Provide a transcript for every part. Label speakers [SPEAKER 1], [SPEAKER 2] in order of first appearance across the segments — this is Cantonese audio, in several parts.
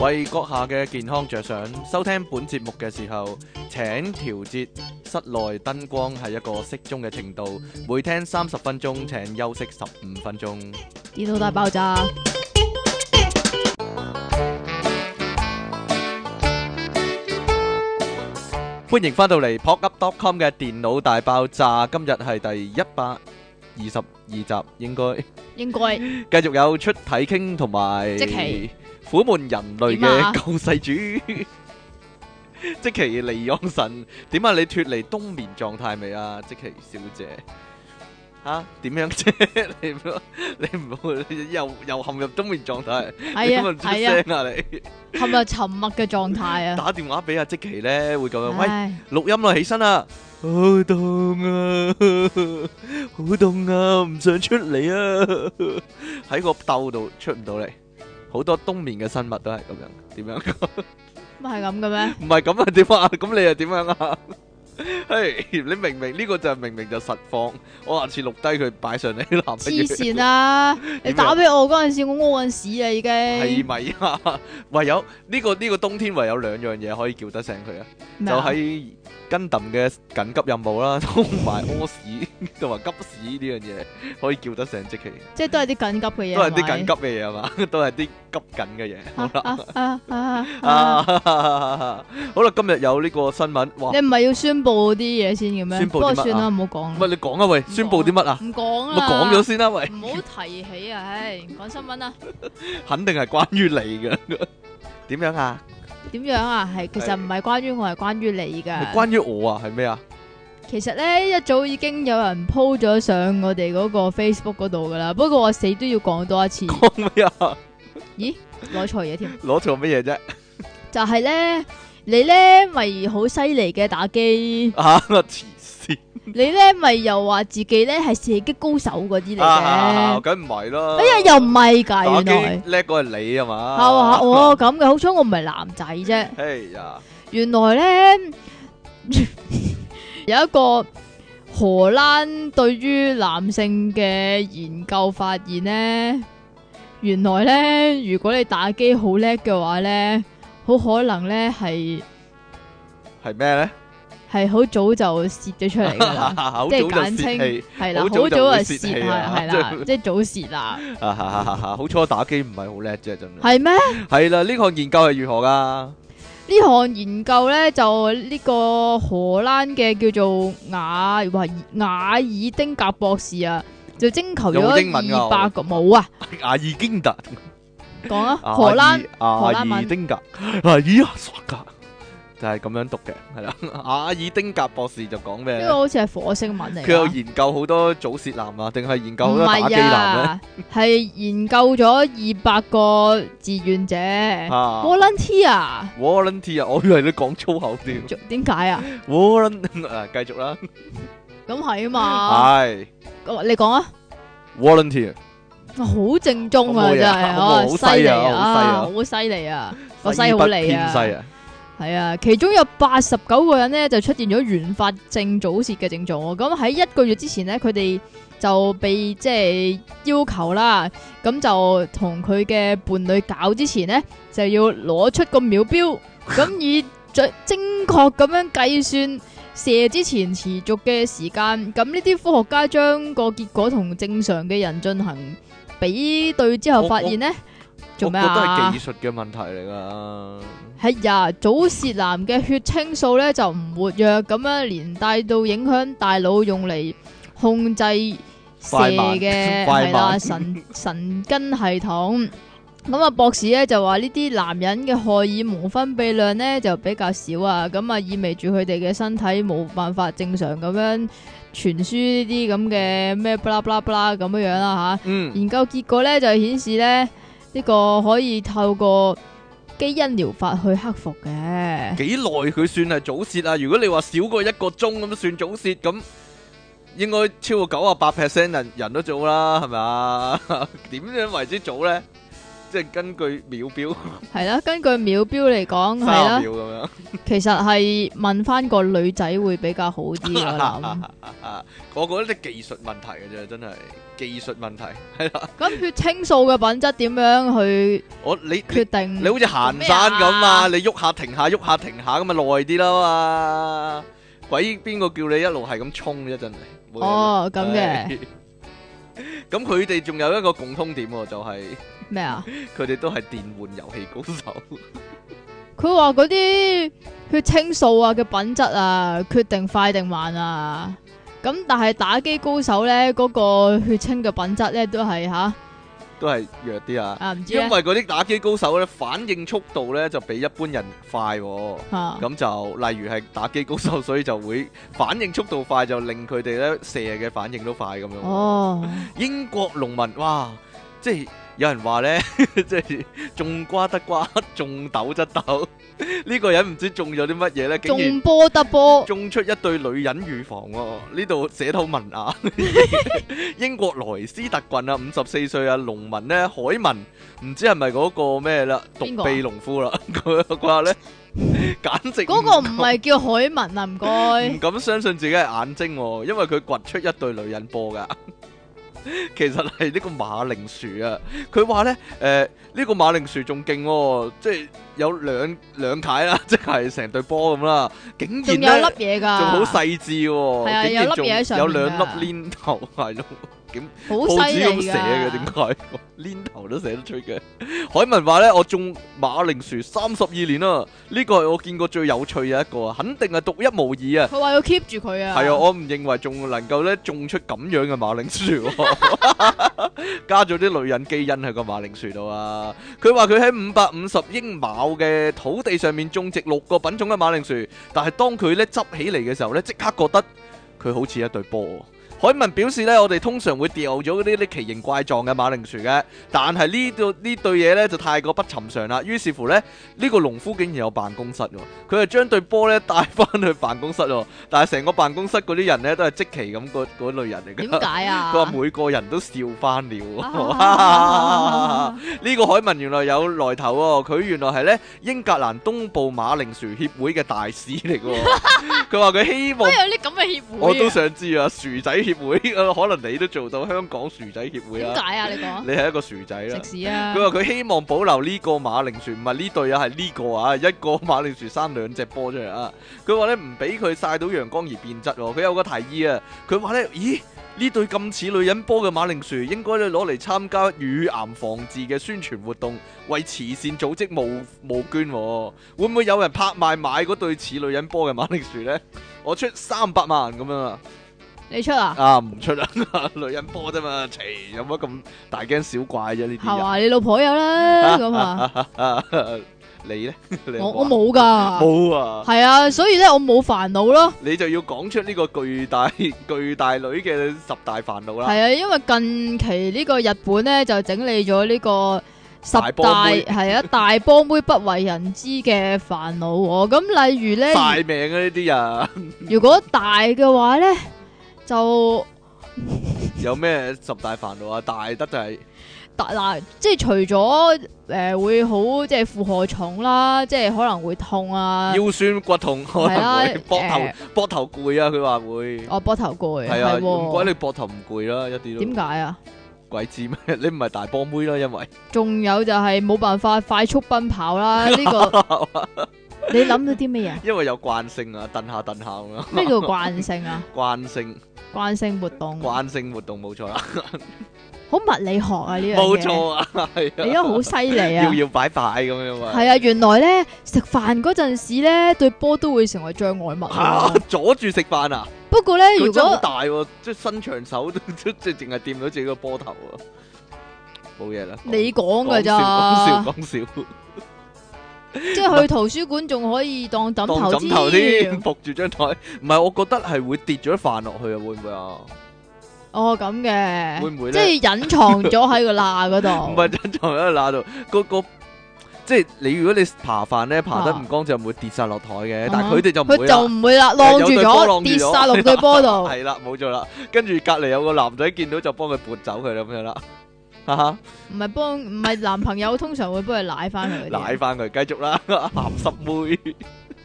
[SPEAKER 1] 為閣下嘅健康着想，收聽本節目嘅時候，請調節室內燈光係一個適中嘅程度。每聽三十分鐘，請休息十五分鐘。
[SPEAKER 2] 電腦大爆炸，
[SPEAKER 1] 歡迎翻到嚟 pocket.com 嘅電腦大爆炸，今日係第一百二十二集，應該。
[SPEAKER 2] 應該
[SPEAKER 1] 繼續有出體傾同埋
[SPEAKER 2] 即期
[SPEAKER 1] 苦悶人類
[SPEAKER 2] 點啊
[SPEAKER 1] 嘅救世主， 即其利昂神點啊？你脱離冬眠狀態未啊？即其小姐吓點樣啫？ 你唔好你唔好你又又陷入冬眠狀態，你
[SPEAKER 2] 係
[SPEAKER 1] 咁
[SPEAKER 2] 啊
[SPEAKER 1] 啊出
[SPEAKER 2] 係啊，
[SPEAKER 1] 聲啊你！
[SPEAKER 2] 陷入沉默嘅狀 態啊。
[SPEAKER 1] 打電話俾阿即其咧會咁樣，喂
[SPEAKER 2] 唉，
[SPEAKER 1] 錄音啦，起身啦！好凍啊，好凍啊，唔想出嚟啊！喺個竇度出唔到嚟，好多冬眠嘅生物都係咁樣，點 樣？
[SPEAKER 2] 乜係咁嘅 咩？
[SPEAKER 1] 唔係咁啊？點啊？咁你又點樣啊？嘿，你明明呢個就係明明就實況，我下次錄低佢擺上嚟啦。不如
[SPEAKER 2] 黐 線啦！你打俾我嗰陣時，我屙緊屎啊已
[SPEAKER 1] 啊係
[SPEAKER 2] 經。
[SPEAKER 1] 咪啊？唯有呢個呢個冬天唯有兩樣嘢可以叫得醒佢啊！
[SPEAKER 2] 咩
[SPEAKER 1] 就
[SPEAKER 2] 啊
[SPEAKER 1] 喺 Gundam 嘅緊急任務啦，同埋屙 屎同埋急屎呢樣嘢，可以叫得醒即期，
[SPEAKER 2] 即係都係啲啊緊急嘅嘢，
[SPEAKER 1] 都係啲緊急嘅嘢係嘛， 都係啲急緊嘅嘢。好啦，
[SPEAKER 2] 啦。
[SPEAKER 1] 啊，好啦，今日有呢個新聞，哇
[SPEAKER 2] 你，唔係要宣佈啲嘢先嘅咩？
[SPEAKER 1] 宣佈啲乜啊
[SPEAKER 2] 不過算啦，唔好講
[SPEAKER 1] 喂，
[SPEAKER 2] 啦。
[SPEAKER 1] 你講啊，喂，宣佈啲乜啊？
[SPEAKER 2] 唔講
[SPEAKER 1] 咪
[SPEAKER 2] 啦。
[SPEAKER 1] 講咗先啦，喂，
[SPEAKER 2] 唔好提起啊！唉，講新聞啊，
[SPEAKER 1] 肯定係關於你嘅， 點樣啊？
[SPEAKER 2] 點樣啊？係其實
[SPEAKER 1] 係
[SPEAKER 2] 唔係關於我，係關於你
[SPEAKER 1] 係
[SPEAKER 2] 㗎。
[SPEAKER 1] 關於我啊？係咩啊？
[SPEAKER 2] 其實咧一早已經有人 po 咗上我哋嗰個 Facebook 嗰度噶啦，不過我死都要講多一次，
[SPEAKER 1] 講咩啊？
[SPEAKER 2] 攞錯嘢添。
[SPEAKER 1] 攞錯乜嘢啫？，
[SPEAKER 2] 就係咧，你咧咪好犀利嘅打機
[SPEAKER 1] 啊，黐線
[SPEAKER 2] 你咧咪又話自己咧係射擊高手嗰啲嚟嘅，
[SPEAKER 1] 啊，
[SPEAKER 2] 哎
[SPEAKER 1] 梗唔係啦，
[SPEAKER 2] 呀又唔係
[SPEAKER 1] 打
[SPEAKER 2] 噶，原來
[SPEAKER 1] 機叻嗰係你啊嘛？
[SPEAKER 2] 係嘛？哦咁嘅，好彩我唔係男仔啫。
[SPEAKER 1] 哎呀，
[SPEAKER 2] 原來咧有一個荷蘭對於男性嘅研究發現咧，原來咧如果你打機好叻嘅話咧，好可能咧係
[SPEAKER 1] 係咩 咧？
[SPEAKER 2] 係好早就泄咗出嚟噶啦。
[SPEAKER 1] 好
[SPEAKER 2] 即
[SPEAKER 1] 早
[SPEAKER 2] 係
[SPEAKER 1] 就
[SPEAKER 2] 簡
[SPEAKER 1] 泄
[SPEAKER 2] 稱
[SPEAKER 1] 氣，
[SPEAKER 2] 係啦，
[SPEAKER 1] 好
[SPEAKER 2] 好
[SPEAKER 1] 早
[SPEAKER 2] 早
[SPEAKER 1] 就會
[SPEAKER 2] 就
[SPEAKER 1] 泄
[SPEAKER 2] 泄
[SPEAKER 1] 氣
[SPEAKER 2] 係
[SPEAKER 1] 啊
[SPEAKER 2] 係啦，即係早泄啦，
[SPEAKER 1] 啊哈哈哈哈！好彩我打機唔係好叻啫，真係。
[SPEAKER 2] 係咩？
[SPEAKER 1] 係啦，呢項研究係如何噶？
[SPEAKER 2] 呢項研究咧就呢個荷蘭嘅叫做瓦哇瓦爾丁格博士啊，就徵求咗
[SPEAKER 1] 有冇英文㗎
[SPEAKER 2] 二百個冇啊，
[SPEAKER 1] 阿爾京特，
[SPEAKER 2] 講啊，
[SPEAKER 1] 阿爾
[SPEAKER 2] 荷蘭
[SPEAKER 1] 阿
[SPEAKER 2] 荷蘭
[SPEAKER 1] 爾
[SPEAKER 2] 文
[SPEAKER 1] 丁格，阿爾呀索格，就係咁樣讀嘅，係啦。 阿爾丁格博士就講咩
[SPEAKER 2] 呢
[SPEAKER 1] 呢
[SPEAKER 2] 個？好似係火星文嚟
[SPEAKER 1] 佢有
[SPEAKER 2] 㗎，
[SPEAKER 1] 研究好多早泄男啊，定係研究好
[SPEAKER 2] 唔
[SPEAKER 1] 多打機
[SPEAKER 2] 係
[SPEAKER 1] 男咧？
[SPEAKER 2] 啊，係研究咗二百個志願者
[SPEAKER 1] 啊
[SPEAKER 2] volunteer，
[SPEAKER 1] ，volunteer，我以為你講粗口 添。
[SPEAKER 2] 做點解啊？
[SPEAKER 1] volun 啊，繼續啦，
[SPEAKER 2] 咁係啊嘛，
[SPEAKER 1] 係
[SPEAKER 2] 你講啊，
[SPEAKER 1] volunteer。
[SPEAKER 2] 好正宗
[SPEAKER 1] 好
[SPEAKER 2] 啊
[SPEAKER 1] 冇嘢
[SPEAKER 2] 真
[SPEAKER 1] 好冇好
[SPEAKER 2] 係，
[SPEAKER 1] 犀
[SPEAKER 2] 犀利
[SPEAKER 1] 利啊
[SPEAKER 2] 啊，
[SPEAKER 1] 好
[SPEAKER 2] 好犀利啊！個西
[SPEAKER 1] 西
[SPEAKER 2] 好
[SPEAKER 1] 北
[SPEAKER 2] 利
[SPEAKER 1] 偏
[SPEAKER 2] 啊
[SPEAKER 1] 西啊！
[SPEAKER 2] 系啊，其中有八十九個人咧就出現咗原發性早泄嘅症狀喎。咁喺一個月之前咧，佢哋就被即係要求啦，咁就同佢嘅伴侶搞之前咧，就要攞出個秒 表，咁以準精確咁樣計算射之前持續嘅時間。咁呢啲科學家將個結果同正常嘅人進行比對之後，
[SPEAKER 1] 我
[SPEAKER 2] 發現咧做咩啊？
[SPEAKER 1] 我覺得係技術嘅問題嚟噶。
[SPEAKER 2] 系呀，早泄男嘅血清素咧就唔活躍，咁啊連帶到影響大腦用嚟控制射
[SPEAKER 1] 快慢
[SPEAKER 2] 嘅
[SPEAKER 1] 快
[SPEAKER 2] 係啦
[SPEAKER 1] 慢
[SPEAKER 2] 神神經系統。咁啊，博士咧就話呢啲男人嘅荷爾蒙分泌量咧就比較少啊，咁啊意味住佢哋嘅身體冇辦法正常咁樣傳輸呢啲咁嘅咩不啦不啦不啦咁樣樣啦吓。
[SPEAKER 1] 嗯，
[SPEAKER 2] 研究結果咧就顯示咧，呢、呢個可以透過基因療法去克服嘅。
[SPEAKER 1] 幾耐佢算係早泄啊？如果你話少過一個鐘咁算早泄，咁應該 超過九啊八 percent 人人都早啦，係咪啊？點樣為之早咧？即係根據秒表
[SPEAKER 2] 系啦，根據秒標嚟講，係
[SPEAKER 1] 三
[SPEAKER 2] 啦
[SPEAKER 1] 秒， 咁
[SPEAKER 2] 其實係問翻個女仔會比較好啲，我 諗。
[SPEAKER 1] 樣。我覺得啲技術問題嘅啫，真係技術問題。
[SPEAKER 2] 咁血清素嘅品質點樣去
[SPEAKER 1] 我你你
[SPEAKER 2] 決定？
[SPEAKER 1] 你好似行山咁啊，你喐下停下，喐下停下咁咪耐啲啦嘛。鬼邊個叫你一路係咁衝啫，真係。冇嘢啦
[SPEAKER 2] 哦咁嘅。
[SPEAKER 1] 係咁佢哋仲有一個共通點喎，就係
[SPEAKER 2] 咩啊？
[SPEAKER 1] 佢哋都係電玩遊戲高手。
[SPEAKER 2] 佢話嗰啲血清素啊嘅品質啊，決定快定慢啊。咁但係打機高手咧，嗰、個血清嘅品質咧都係吓
[SPEAKER 1] 都係弱啲啊。
[SPEAKER 2] 啊唔知
[SPEAKER 1] 因為
[SPEAKER 2] 咧
[SPEAKER 1] 嗰啲打機高手咧，反應速度咧就比一般人快、喎。
[SPEAKER 2] 吓
[SPEAKER 1] 咁就例如係打機高手，所以就會反應速度快，就令佢哋咧射嘅反應都快咁樣。
[SPEAKER 2] 哦
[SPEAKER 1] 英國農民哇，即係有人話咧， 即係種瓜 得瓜，種豆 得豆。呢個人唔知種咗啲乜嘢咧，竟然
[SPEAKER 2] 中。波得波
[SPEAKER 1] 種出一對女人乳房喎、呢度寫到文雅。 英國萊斯特郡啊，五十四歲啊，農民咧，海文唔知係咪嗰個咩啦，獨
[SPEAKER 2] 邊個啊
[SPEAKER 1] 臂農夫啦，佢佢話咧， 簡直
[SPEAKER 2] 嗰個唔係叫海文啊，唔該
[SPEAKER 1] 唔敢相信自己嘅眼睛、喎，因為佢掘出一對女人波噶。 其實係呢個馬鈴薯啊，佢話咧，誒、呢、個馬鈴薯仲勁喎，即係有兩兩塊啦， 即係成對波咁啦，竟
[SPEAKER 2] 仲有
[SPEAKER 1] 然咧
[SPEAKER 2] 粒嘢㗎，
[SPEAKER 1] 仲好細緻喎，
[SPEAKER 2] 係啊
[SPEAKER 1] 竟然
[SPEAKER 2] 有粒
[SPEAKER 1] 仲
[SPEAKER 2] 嘢喺上
[SPEAKER 1] 有
[SPEAKER 2] 面㗎
[SPEAKER 1] 兩粒黏頭，係咯，
[SPEAKER 2] 好
[SPEAKER 1] 報
[SPEAKER 2] 犀
[SPEAKER 1] 紙咁
[SPEAKER 2] 利
[SPEAKER 1] 寫
[SPEAKER 2] 㗎
[SPEAKER 1] 嘅，點解 黏頭都寫得出嘅？海文話咧，我種馬鈴薯三十二年啦，呢個係我見過最有趣嘅一個啊，肯定係獨一無二啊！
[SPEAKER 2] 佢話要 keep 住佢啊，
[SPEAKER 1] 係啊，我唔認為仲能夠咧種出咁樣嘅馬鈴薯喎， 加咗啲女人基因喺個馬鈴薯度啊！佢話佢喺五百五十英畝嘅土地上面種植六個品種嘅馬鈴薯，但係當佢咧執起嚟嘅時候咧，即刻覺得佢好似一對波喎。海文表示咧，我哋通常會掉咗嗰啲啲奇形怪狀嘅馬鈴薯嘅，但係呢度呢對嘢咧就太過不尋常啦。於是乎咧，呢、個農夫竟然有辦公室喎，佢係將對波咧帶翻去辦公室喎。但係成個辦公室嗰啲人咧都係即期咁嗰嗰類人嚟
[SPEAKER 2] 點
[SPEAKER 1] 㗎。
[SPEAKER 2] 解 啊？
[SPEAKER 1] 佢話每個人都笑翻了喎。
[SPEAKER 2] 啊
[SPEAKER 1] 呢個海文原來有來頭喎，佢原來係咧英格蘭東部馬鈴薯協會嘅大使嚟嘅喎。 佢話佢希望
[SPEAKER 2] 都有啲咁嘅協會啊，
[SPEAKER 1] 我都想知啊，薯仔協會， 可能你都做到香港薯仔協會
[SPEAKER 2] 點
[SPEAKER 1] 啊，
[SPEAKER 2] 解啊？你講
[SPEAKER 1] 你係一個薯仔啦
[SPEAKER 2] 食。屎啊！
[SPEAKER 1] 佢話佢希望保留呢個馬鈴薯，唔係呢對啊，係呢個啊，一個馬鈴薯生兩隻波出嚟啊！佢話咧唔俾佢曬到陽光而變質喎，佢有個提議啊，佢話咧，咦呢對咁似女人波嘅馬鈴薯應該咧攞嚟參加乳癌防治嘅宣傳活動，為慈善組織募募捐、喎，會唔會有人拍賣買嗰對似女人波嘅馬鈴薯呢？我出三百萬咁樣啊！
[SPEAKER 2] 你出啊？
[SPEAKER 1] 啊唔出啦，女人波啫嘛，切有乜咁大驚小怪啫呢啲
[SPEAKER 2] 係
[SPEAKER 1] 人。
[SPEAKER 2] 嘛？你老婆有啦，咁啊？
[SPEAKER 1] 哎 啊，你咧？ 你有
[SPEAKER 2] 我
[SPEAKER 1] 冇
[SPEAKER 2] 我
[SPEAKER 1] 啊
[SPEAKER 2] 冇㗎，
[SPEAKER 1] 冇啊！
[SPEAKER 2] 係啊，所以咧我冇煩惱咯。
[SPEAKER 1] 你就要講出呢個巨大 巨大女嘅十大煩惱啦。
[SPEAKER 2] 係啊，因為近期呢個日本咧就整理咗呢個十
[SPEAKER 1] 大波
[SPEAKER 2] 大
[SPEAKER 1] 妹
[SPEAKER 2] 係啊大波妹不為人知嘅煩惱喎。咁例如咧，
[SPEAKER 1] 晒命啊！ 呢啲人
[SPEAKER 2] 如果大嘅話咧，就
[SPEAKER 1] 有咩十大煩惱啊？大得就係
[SPEAKER 2] 大嗱，即係除咗诶、呃、会好即係負荷重啦，即係可能會痛啊，
[SPEAKER 1] 腰酸骨痛，可
[SPEAKER 2] 係啦
[SPEAKER 1] 能會膊
[SPEAKER 2] 誒哦
[SPEAKER 1] 頭膊頭攰啊！佢話會
[SPEAKER 2] 我膊頭攰，
[SPEAKER 1] 係啊，
[SPEAKER 2] 係
[SPEAKER 1] 唔怪
[SPEAKER 2] 喎
[SPEAKER 1] 你膊頭唔攰啦，一啲
[SPEAKER 2] 點
[SPEAKER 1] 都
[SPEAKER 2] 解啊？
[SPEAKER 1] 鬼知咩？ 你唔係大波妹啦，因為
[SPEAKER 2] 仲有就係冇辦法快速奔跑啦，呢、個 你諗到啲乜嘢？
[SPEAKER 1] 因為有慣性啊，蹬下蹬下咁樣，
[SPEAKER 2] 咩叫慣性啊？
[SPEAKER 1] 慣性
[SPEAKER 2] 慣性活動，
[SPEAKER 1] 慣性活動冇錯啦，
[SPEAKER 2] 好物理學啊呢樣嘢
[SPEAKER 1] 冇錯啊， 係啊
[SPEAKER 2] 你都好犀利啊
[SPEAKER 1] 搖！搖擺擺咁樣嘛。
[SPEAKER 2] 係啊，原來咧食飯嗰陣時咧，對波都會成為障礙物 啊。
[SPEAKER 1] 嚇阻住食飯啊！
[SPEAKER 2] 不過咧，
[SPEAKER 1] 佢
[SPEAKER 2] 如
[SPEAKER 1] 真係好
[SPEAKER 2] 果
[SPEAKER 1] 大喎，即係伸長 手都即即淨係掂到自己個波頭啊！冇嘢啦，
[SPEAKER 2] 你講
[SPEAKER 1] 講
[SPEAKER 2] 噶
[SPEAKER 1] 笑講
[SPEAKER 2] 咋，
[SPEAKER 1] 笑講笑，
[SPEAKER 2] 即係去圖書館仲可以當
[SPEAKER 1] 當
[SPEAKER 2] 枕頭
[SPEAKER 1] 枕頭添，
[SPEAKER 2] 添。
[SPEAKER 1] 伏住張台。唔係，我覺得係會跌咗啲飯落去啊，會唔會啊？
[SPEAKER 2] 哦，咁嘅，
[SPEAKER 1] 會唔會
[SPEAKER 2] 即
[SPEAKER 1] 咧
[SPEAKER 2] 係隱藏咗喺個罅嗰度。
[SPEAKER 1] 唔啊係張床喺度揦度，個個即係你如果你扒飯咧扒得唔乾淨，會跌晒落台嘅。但係佢哋就唔
[SPEAKER 2] 佢
[SPEAKER 1] 會
[SPEAKER 2] 就
[SPEAKER 1] 啦。
[SPEAKER 2] 唔會啦，晾住
[SPEAKER 1] 有對波晾
[SPEAKER 2] 咗
[SPEAKER 1] 住
[SPEAKER 2] 跌
[SPEAKER 1] 咗
[SPEAKER 2] 晒落 對波度。
[SPEAKER 1] 係啦，冇錯啦。跟住隔離有個男仔見到就幫佢撥走佢啦咁樣啦。 哈哈，
[SPEAKER 2] 唔係幫唔係男朋友通常會幫佢奶翻佢嗰
[SPEAKER 1] 奶
[SPEAKER 2] 啲啊。
[SPEAKER 1] 翻佢，繼續啦， 鹹濕妹。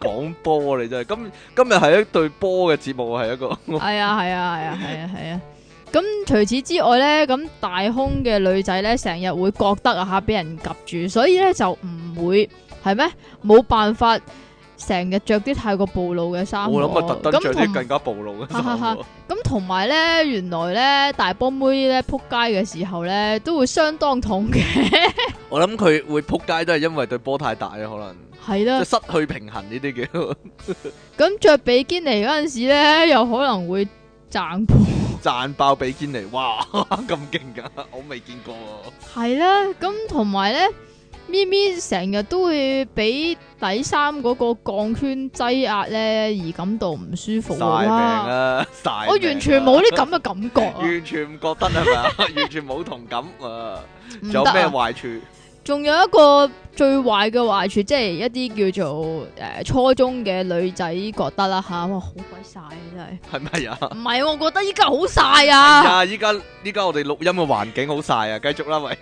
[SPEAKER 1] 講波你真係，今今日係一對波嘅節目，係一個
[SPEAKER 2] 係啊係啊係啊係啊係啊。咁除此之外咧，咁大胸嘅女仔咧，成日會覺得啊吓俾人夾住，所以咧就唔會係咩冇辦法成日着啲太過暴露嘅衫喎。
[SPEAKER 1] 我諗啊，特登着
[SPEAKER 2] 咁同
[SPEAKER 1] 啲更加暴露嘅衫
[SPEAKER 2] 哈哈
[SPEAKER 1] 喎
[SPEAKER 2] 哈。咁同埋咧，原來咧大波妹咧扑街嘅時候咧，都會相當痛 嘅，
[SPEAKER 1] 我諗佢會撲街都係因為對波太大啊，可能
[SPEAKER 2] 係
[SPEAKER 1] 即係。
[SPEAKER 2] 啦
[SPEAKER 1] 失去平衡呢啲叫
[SPEAKER 2] 咁着比堅尼嗰阵时咧，又可能會掙破，
[SPEAKER 1] 賺爆比堅尼，哇 咁勁㗎，我未見過喎。
[SPEAKER 2] 係啦。咁同埋咧，咪咪成日都會俾底衫嗰個鋼圈擠壓咧，而感到唔舒服
[SPEAKER 1] 晒
[SPEAKER 2] 喎
[SPEAKER 1] 命！啊！晒命啊
[SPEAKER 2] 哇我完全冇呢咁嘅感覺啊，
[SPEAKER 1] 完全唔覺得係咪啊？ 完全冇同感啊！
[SPEAKER 2] 唔
[SPEAKER 1] 仲有
[SPEAKER 2] 得
[SPEAKER 1] 咩
[SPEAKER 2] 啊！
[SPEAKER 1] 壞處？
[SPEAKER 2] 仲有一個最壞嘅壞處，即係一啲叫做诶、呃初中嘅女仔覺得啦吓，哇好鬼晒啊真
[SPEAKER 1] 係咪啊？
[SPEAKER 2] 係，唔係我覺得依家好晒
[SPEAKER 1] 係
[SPEAKER 2] 啊！
[SPEAKER 1] 啊！依家依家我哋錄音嘅環境好晒啊！繼續啦，喂，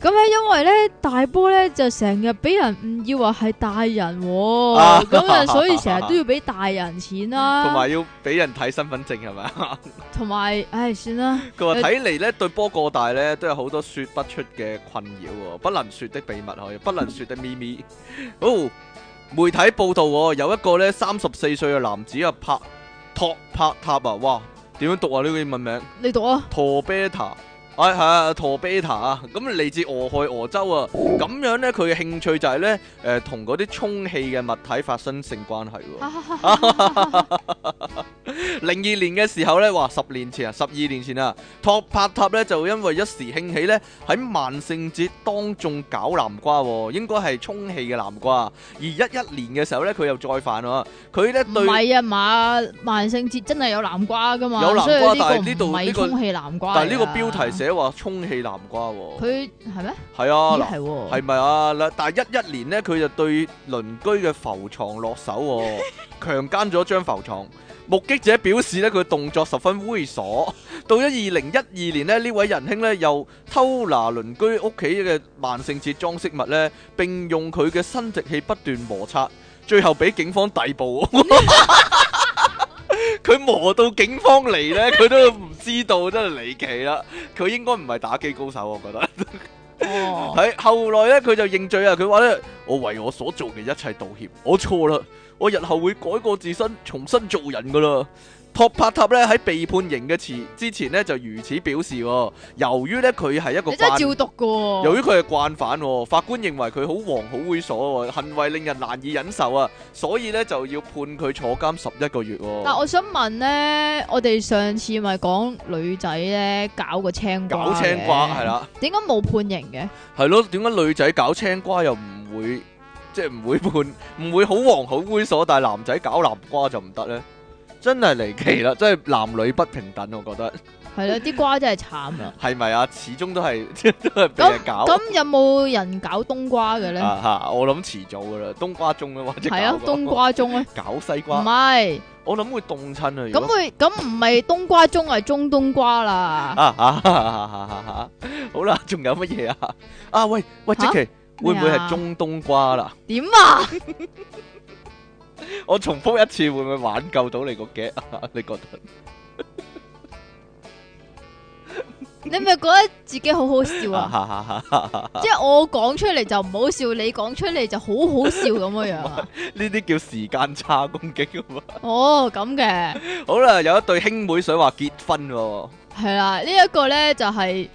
[SPEAKER 2] 咁咧因為咧大波咧就成日俾人誤以為係大人、喎，
[SPEAKER 1] 啊
[SPEAKER 2] 咁 啊所以成日都要俾大人錢
[SPEAKER 1] 同
[SPEAKER 2] 啦，
[SPEAKER 1] 埋要俾人睇身份證係咪 啊？
[SPEAKER 2] 同埋唉算啦，
[SPEAKER 1] 佢話睇嚟咧對波過大咧都有好多說不出嘅困擾喎，不能說的秘密可以，不能說的咪咪。 哦，媒體報道喎，有一個咧三十四歲嘅男子啊，帕托帕塔啊，哇，點樣讀啊呢個英文名？
[SPEAKER 2] 你讀啊，
[SPEAKER 1] 陀 beta，哎係啊，陀 beta 啊，咁嚟自俄亥俄州啊，咁樣咧佢嘅興趣就係咧誒同嗰啲充氣嘅物體發生性關係喎。 零二年嘅時候咧，哇，十年前啊，十二年前啊，托帕塔咧就因為一時興起咧，喺萬聖節當眾搞南瓜、喎，應該係充氣嘅南瓜。而一一年嘅時候咧，佢又再犯啊，佢咧
[SPEAKER 2] 唔
[SPEAKER 1] 對。
[SPEAKER 2] 係啊嘛，萬聖節真係有南瓜噶嘛，
[SPEAKER 1] 有南瓜
[SPEAKER 2] 所以
[SPEAKER 1] 但係呢度
[SPEAKER 2] 個唔係
[SPEAKER 1] 呢個
[SPEAKER 2] 空氣南瓜嚟㗎，
[SPEAKER 1] 但係呢個標題寫話充氣南瓜喎，
[SPEAKER 2] 佢係咩？
[SPEAKER 1] 係啊，嗱
[SPEAKER 2] 咦係喎，
[SPEAKER 1] 係咪啊？嗱但係一一年呢，佢就對鄰居嘅浮床落手、喎，強姦咗張浮床。目擊者表示呢，佢動作十分猥瑣。 到咗二零一二年呢，呢位仁兄呢又偷拿鄰居屋企嘅萬聖節裝飾物呢，並用佢嘅生殖器不斷摩擦，最後俾警方逮捕。 佢磨到警方嚟呢，佢都唔知道，真係離奇啦！佢應該唔係打機高手，我覺得。
[SPEAKER 2] 哦，
[SPEAKER 1] 喺後來咧，佢就認罪啊！佢話咧：我為我所做嘅一切道歉，我錯啦，我日後會改過自身，重新做人噶啦。托帕塔咧喺被判刑嘅前之前咧就如此表示、喎。由於咧佢係一個
[SPEAKER 2] 你真係
[SPEAKER 1] 慣，
[SPEAKER 2] 照讀噶喎。
[SPEAKER 1] 由於佢係慣犯、喎，法官認為佢好黃好猥瑣、喎，行為令人難以忍受啊，所以咧就要判佢坐監十一個月、
[SPEAKER 2] 但
[SPEAKER 1] 喎。
[SPEAKER 2] 我想問咧，我哋上次咪講女仔咧搞個青瓜，
[SPEAKER 1] 搞青瓜係，啦，
[SPEAKER 2] 點解冇判刑嘅？
[SPEAKER 1] 係咯，點解女仔搞青瓜又唔會即係唔會判， 唔會好黃好猥瑣，但係男仔搞南瓜就唔得呢？真係離奇啦！真係男女不平等，我覺得
[SPEAKER 2] 係啦，啲瓜真係慘啦。
[SPEAKER 1] 係咪啊？始終都係 都係俾人搞
[SPEAKER 2] 咁有冇人搞冬瓜嘅咧？
[SPEAKER 1] 啊嚇！我諗遲早噶啦，冬瓜 盅啊或者
[SPEAKER 2] 係啊
[SPEAKER 1] 搞，個
[SPEAKER 2] 冬瓜盅咧，
[SPEAKER 1] 搞西
[SPEAKER 2] 唔
[SPEAKER 1] 瓜，
[SPEAKER 2] 係
[SPEAKER 1] 我諗會凍親啊！如
[SPEAKER 2] 咁
[SPEAKER 1] 果
[SPEAKER 2] 會咁唔係冬瓜盅係中冬瓜啦。
[SPEAKER 1] 啊 啊啊啊好啦，仲有乜嘢啊？啊喂喂，即
[SPEAKER 2] 嚇
[SPEAKER 1] 奇會唔會
[SPEAKER 2] 咩啊
[SPEAKER 1] 係中冬瓜啦？
[SPEAKER 2] 點 啊？
[SPEAKER 1] 我重複一次，會唔會挽救到你個 g 啊？ 你覺得？
[SPEAKER 2] 你咪覺得自己好好笑啊？
[SPEAKER 1] 啊
[SPEAKER 2] 即係我講出嚟就唔好笑，你講出嚟就好好笑咁樣樣 啊？
[SPEAKER 1] 呢啲叫時間差攻擊啊嘛。
[SPEAKER 2] 哦，咁嘅。
[SPEAKER 1] 好啦，有一對兄妹想話結婚喎，
[SPEAKER 2] 系啦，呢一個咧就係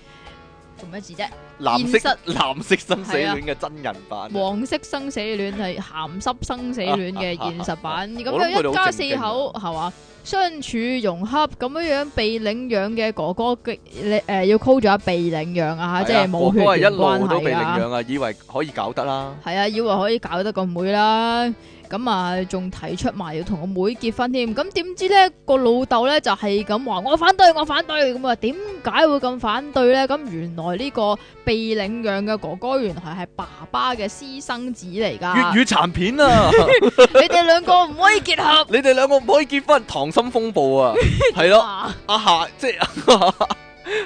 [SPEAKER 2] 做咩字啫？
[SPEAKER 1] 藍色
[SPEAKER 2] 現
[SPEAKER 1] 藍色生死戀嘅真人版，啊
[SPEAKER 2] 黃色生死戀係鹹濕生死 戀嘅現實版，咁
[SPEAKER 1] 我諗佢哋
[SPEAKER 2] 樣一
[SPEAKER 1] 好
[SPEAKER 2] 家
[SPEAKER 1] 正
[SPEAKER 2] 四
[SPEAKER 1] 經啊
[SPEAKER 2] 口係嘛相處融洽，咁樣樣被領養嘅哥哥嘅你诶要 call 咗一被領養啊，即係冇血
[SPEAKER 1] 哥哥係
[SPEAKER 2] 緣
[SPEAKER 1] 一路
[SPEAKER 2] 關
[SPEAKER 1] 都被
[SPEAKER 2] 係
[SPEAKER 1] 領
[SPEAKER 2] 啊。
[SPEAKER 1] 養啊，以為可以搞得啦，
[SPEAKER 2] 係啊，以為可以搞得個妹啦，咁啊仲提出埋要同個妹結婚添，咁點知咧個老豆咧就係咁話我反對，我反對，咁啊點解會咁反對咧？咁原來呢個被領養嘅哥哥原來係爸爸嘅私生子
[SPEAKER 1] 粵
[SPEAKER 2] 嚟噶，
[SPEAKER 1] 語殘片 啊！
[SPEAKER 2] 你哋兩個唔可以結合。
[SPEAKER 1] 你哋兩個唔可以結婚，溏心風暴啊，係咯，
[SPEAKER 2] 啊
[SPEAKER 1] 阿夏即係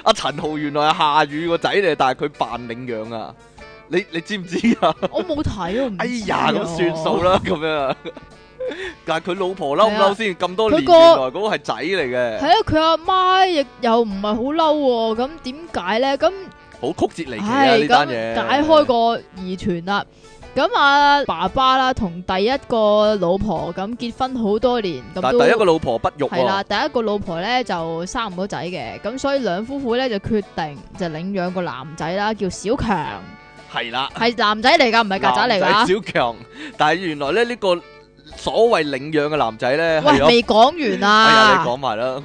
[SPEAKER 1] 阿陳豪原來係夏雨個仔嚟，但係佢扮領養啊！你你知唔知啊？
[SPEAKER 2] 我冇睇，我唔知啊
[SPEAKER 1] 哎呀，咁算數。啦， 咁樣啊！但係佢老婆嬲唔嬲先？咁多年
[SPEAKER 2] 啊佢
[SPEAKER 1] 原
[SPEAKER 2] 個
[SPEAKER 1] 來嗰個係仔嚟
[SPEAKER 2] 系
[SPEAKER 1] 嘅，
[SPEAKER 2] 啊，佢阿媽亦又唔係好嬲喎，咁點解咧？咁
[SPEAKER 1] 好曲折離奇啊！
[SPEAKER 2] 唉，
[SPEAKER 1] 呢
[SPEAKER 2] 咁
[SPEAKER 1] 單嘢
[SPEAKER 2] 解開個疑團啦。咁啊，爸爸啦，同第一個老婆咁結婚好多年，咁
[SPEAKER 1] 但
[SPEAKER 2] 都
[SPEAKER 1] 係第一個老婆不育
[SPEAKER 2] 系啦，
[SPEAKER 1] 喎，
[SPEAKER 2] 第一個老婆咧就生唔到仔嘅，咁所以兩夫婦咧就決定就領養個男仔啦，叫小 強，
[SPEAKER 1] 係啦，
[SPEAKER 2] 係男仔嚟噶，唔係曱甴嚟
[SPEAKER 1] 男
[SPEAKER 2] 噶
[SPEAKER 1] 仔。小強，但係原來咧呢個所謂領養嘅男仔咧係
[SPEAKER 2] 喂，
[SPEAKER 1] 有，
[SPEAKER 2] 未啊講 完
[SPEAKER 1] 哎呀，
[SPEAKER 2] 啊
[SPEAKER 1] 你！講埋啦，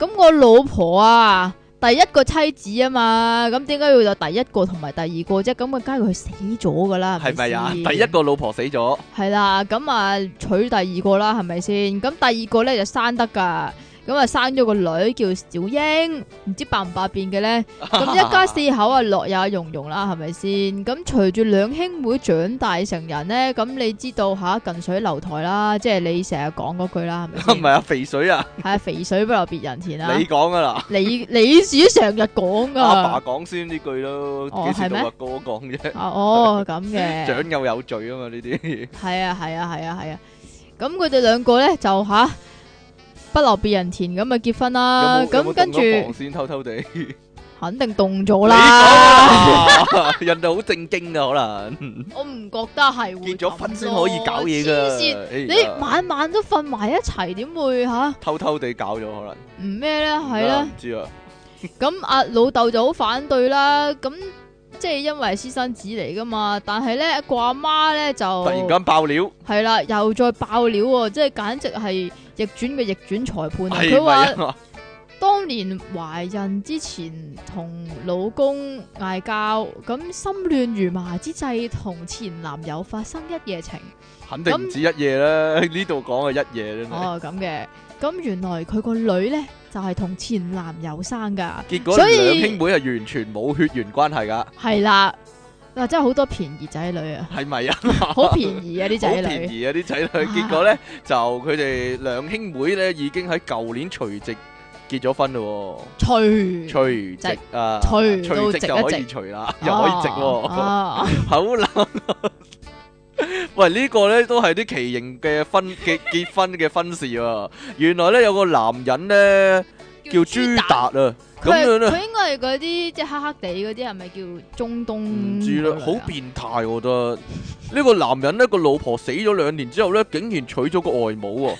[SPEAKER 1] 咁
[SPEAKER 2] 咁我老婆啊，第一個妻子啊嘛，咁點解要有第一個同埋第二個啫？咁啊，梗係佢死咗噶啦，
[SPEAKER 1] 係咪啊？
[SPEAKER 2] 先
[SPEAKER 1] 第一個老婆死咗，
[SPEAKER 2] 系啦，咁啊娶第二個啦，係咪先？咁第二個咧就生得噶，咁啊生咗個女叫小英，唔知百唔百變嘅 咧。咁一家四口啊，樂也融融啦，係咪先？咁隨住兩兄妹長大成人咧，咁你知道吓近水樓台啦，即係你成日講嗰句啦，係
[SPEAKER 1] 唔係
[SPEAKER 2] 咪先？
[SPEAKER 1] 啊，肥水啊，
[SPEAKER 2] 係啊，肥水不流別人田嗯啊
[SPEAKER 1] 你！講噶啦。
[SPEAKER 2] 你你自己成日講噶，
[SPEAKER 1] 阿爸
[SPEAKER 2] 啊
[SPEAKER 1] 講先呢句咯，
[SPEAKER 2] 哦
[SPEAKER 1] 幾時
[SPEAKER 2] 係
[SPEAKER 1] 到
[SPEAKER 2] 咩
[SPEAKER 1] 阿哥講啫？
[SPEAKER 2] 哦咁 嘅。
[SPEAKER 1] 長幼有序啊嘛，呢啲
[SPEAKER 2] 係啊係啊係啊係啊，咁佢哋兩個咧就吓不留別人田咁啊結婚
[SPEAKER 1] 有
[SPEAKER 2] 啦，
[SPEAKER 1] 冇有
[SPEAKER 2] 咁
[SPEAKER 1] 冇動
[SPEAKER 2] 跟住
[SPEAKER 1] 咗房先偷偷地？
[SPEAKER 2] 肯定凍咗
[SPEAKER 1] 你
[SPEAKER 2] 啦，
[SPEAKER 1] 講 啊人哋好正經啊，可能
[SPEAKER 2] 我唔覺得係會
[SPEAKER 1] 結咗婚先可以搞嘢
[SPEAKER 2] 㗎。
[SPEAKER 1] 噶
[SPEAKER 2] 黐線。
[SPEAKER 1] 哎呀
[SPEAKER 2] 你晚晚都瞓埋一齊，點會吓
[SPEAKER 1] 偷偷地搞咗可能
[SPEAKER 2] 唔咩咧？係啦
[SPEAKER 1] 唔，知啊，
[SPEAKER 2] 咁阿老豆就好反對啦，咁即係因為係私生子嚟噶嘛，但係咧個阿媽咧就
[SPEAKER 1] 突然間爆料，
[SPEAKER 2] 係啦，又再爆料喎，即係簡直係逆轉嘅逆轉裁判啊！
[SPEAKER 1] 係
[SPEAKER 2] 佢話。
[SPEAKER 1] 咪啊？
[SPEAKER 2] 當年懷孕之前同老公嗌交，咁心亂如麻之際，同前男友發生一夜情。
[SPEAKER 1] 肯定唔止一夜啦，呢度講嘅一夜啦，
[SPEAKER 2] 哦，咁嘅，咁原來佢個女呢，就係、同前男友生噶，
[SPEAKER 1] 結果
[SPEAKER 2] 所以
[SPEAKER 1] 兩兄妹係完全冇血緣關係噶，
[SPEAKER 2] 係啦，嗱、真係好多便宜仔女 啊，
[SPEAKER 1] 係咪啊？
[SPEAKER 2] 好便宜啊啲
[SPEAKER 1] 好
[SPEAKER 2] 仔
[SPEAKER 1] 便
[SPEAKER 2] 女，
[SPEAKER 1] 宜啊啲仔女，結果咧就佢哋兩兄妹咧已經喺舊年除夕結咗婚咯喎，
[SPEAKER 2] 吹
[SPEAKER 1] 除夕啊，
[SPEAKER 2] 嗯除
[SPEAKER 1] 除夕
[SPEAKER 2] 到
[SPEAKER 1] 就可
[SPEAKER 2] 直哦
[SPEAKER 1] 以
[SPEAKER 2] 一
[SPEAKER 1] 除啦，又可以直喎，
[SPEAKER 2] 啊啊
[SPEAKER 1] 好難啊。喂，呢個咧都係啲奇形嘅婚嘅 結婚嘅婚事喎。原來咧有個男人咧 叫朱達
[SPEAKER 2] 達。
[SPEAKER 1] 啊，咁
[SPEAKER 2] 佢
[SPEAKER 1] 樣
[SPEAKER 2] 係
[SPEAKER 1] 咧
[SPEAKER 2] 佢應該係嗰啲即係黑黑地嗰啲，係咪叫中東？啊
[SPEAKER 1] 唔知啦，好變態我覺得。呢個男人咧個老婆死咗兩年之後咧，竟然娶咗個外 母喎。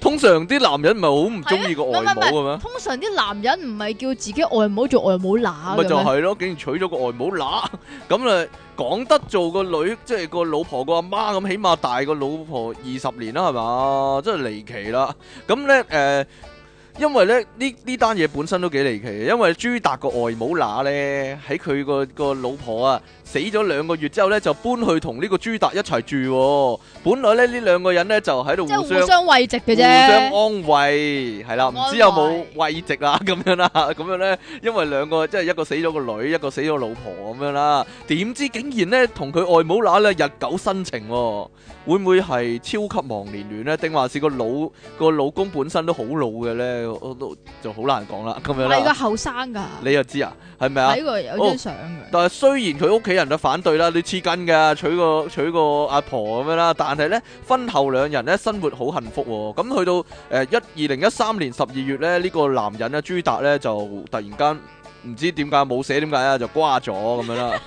[SPEAKER 1] 通常啲男人唔係好唔中意個外母嘅咩？
[SPEAKER 2] 通常啲男人唔係叫自己外母做外母乸
[SPEAKER 1] 咪
[SPEAKER 2] 嘅
[SPEAKER 1] 就
[SPEAKER 2] 咩？
[SPEAKER 1] 係咯，竟然娶咗個外母乸，咁啊講得做個女，即係個老婆個阿媽咁，起碼大個老婆二十年啦，係嘛？真係離奇啦！咁咧誒。呃因為咧呢呢單嘢本身都幾離奇嘅，因為朱達個外母乸咧喺佢個個老婆啊死咗兩個月之後咧就搬去同呢個朱達一齊住喎、本來咧呢兩個人咧就喺度
[SPEAKER 2] 即係
[SPEAKER 1] 互
[SPEAKER 2] 互
[SPEAKER 1] 相。
[SPEAKER 2] 相慰藉
[SPEAKER 1] 互
[SPEAKER 2] 嘅
[SPEAKER 1] 相
[SPEAKER 2] 啫。
[SPEAKER 1] 安慰係啦，唔知有冇慰藉啦 咁樣啦，咁樣咧，因為兩個即係一個死咗個女，一個死咗老婆咁樣啦，點知竟然咧同佢外母乸咧日久生情喎、會唔會係超級忘年戀咧？定還是個老個老公本身都好老嘅咧？我都就好難講啦，咁樣
[SPEAKER 2] 係噶
[SPEAKER 1] 啦，
[SPEAKER 2] 後生噶，
[SPEAKER 1] 你又知啊，係咪啊？
[SPEAKER 2] 睇過有張相嘅。
[SPEAKER 1] 但係雖然佢屋企人就反對啦，你黐筋㗎，娶個娶個阿婆咁樣啦，但係呢，婚後兩人呢，生活好幸福喎、咁去到誒一二零一三年十二月呢，呢、個男人啊咧朱達呢，就突然間唔知點解冇寫點解啊，就瓜咗咁樣啦。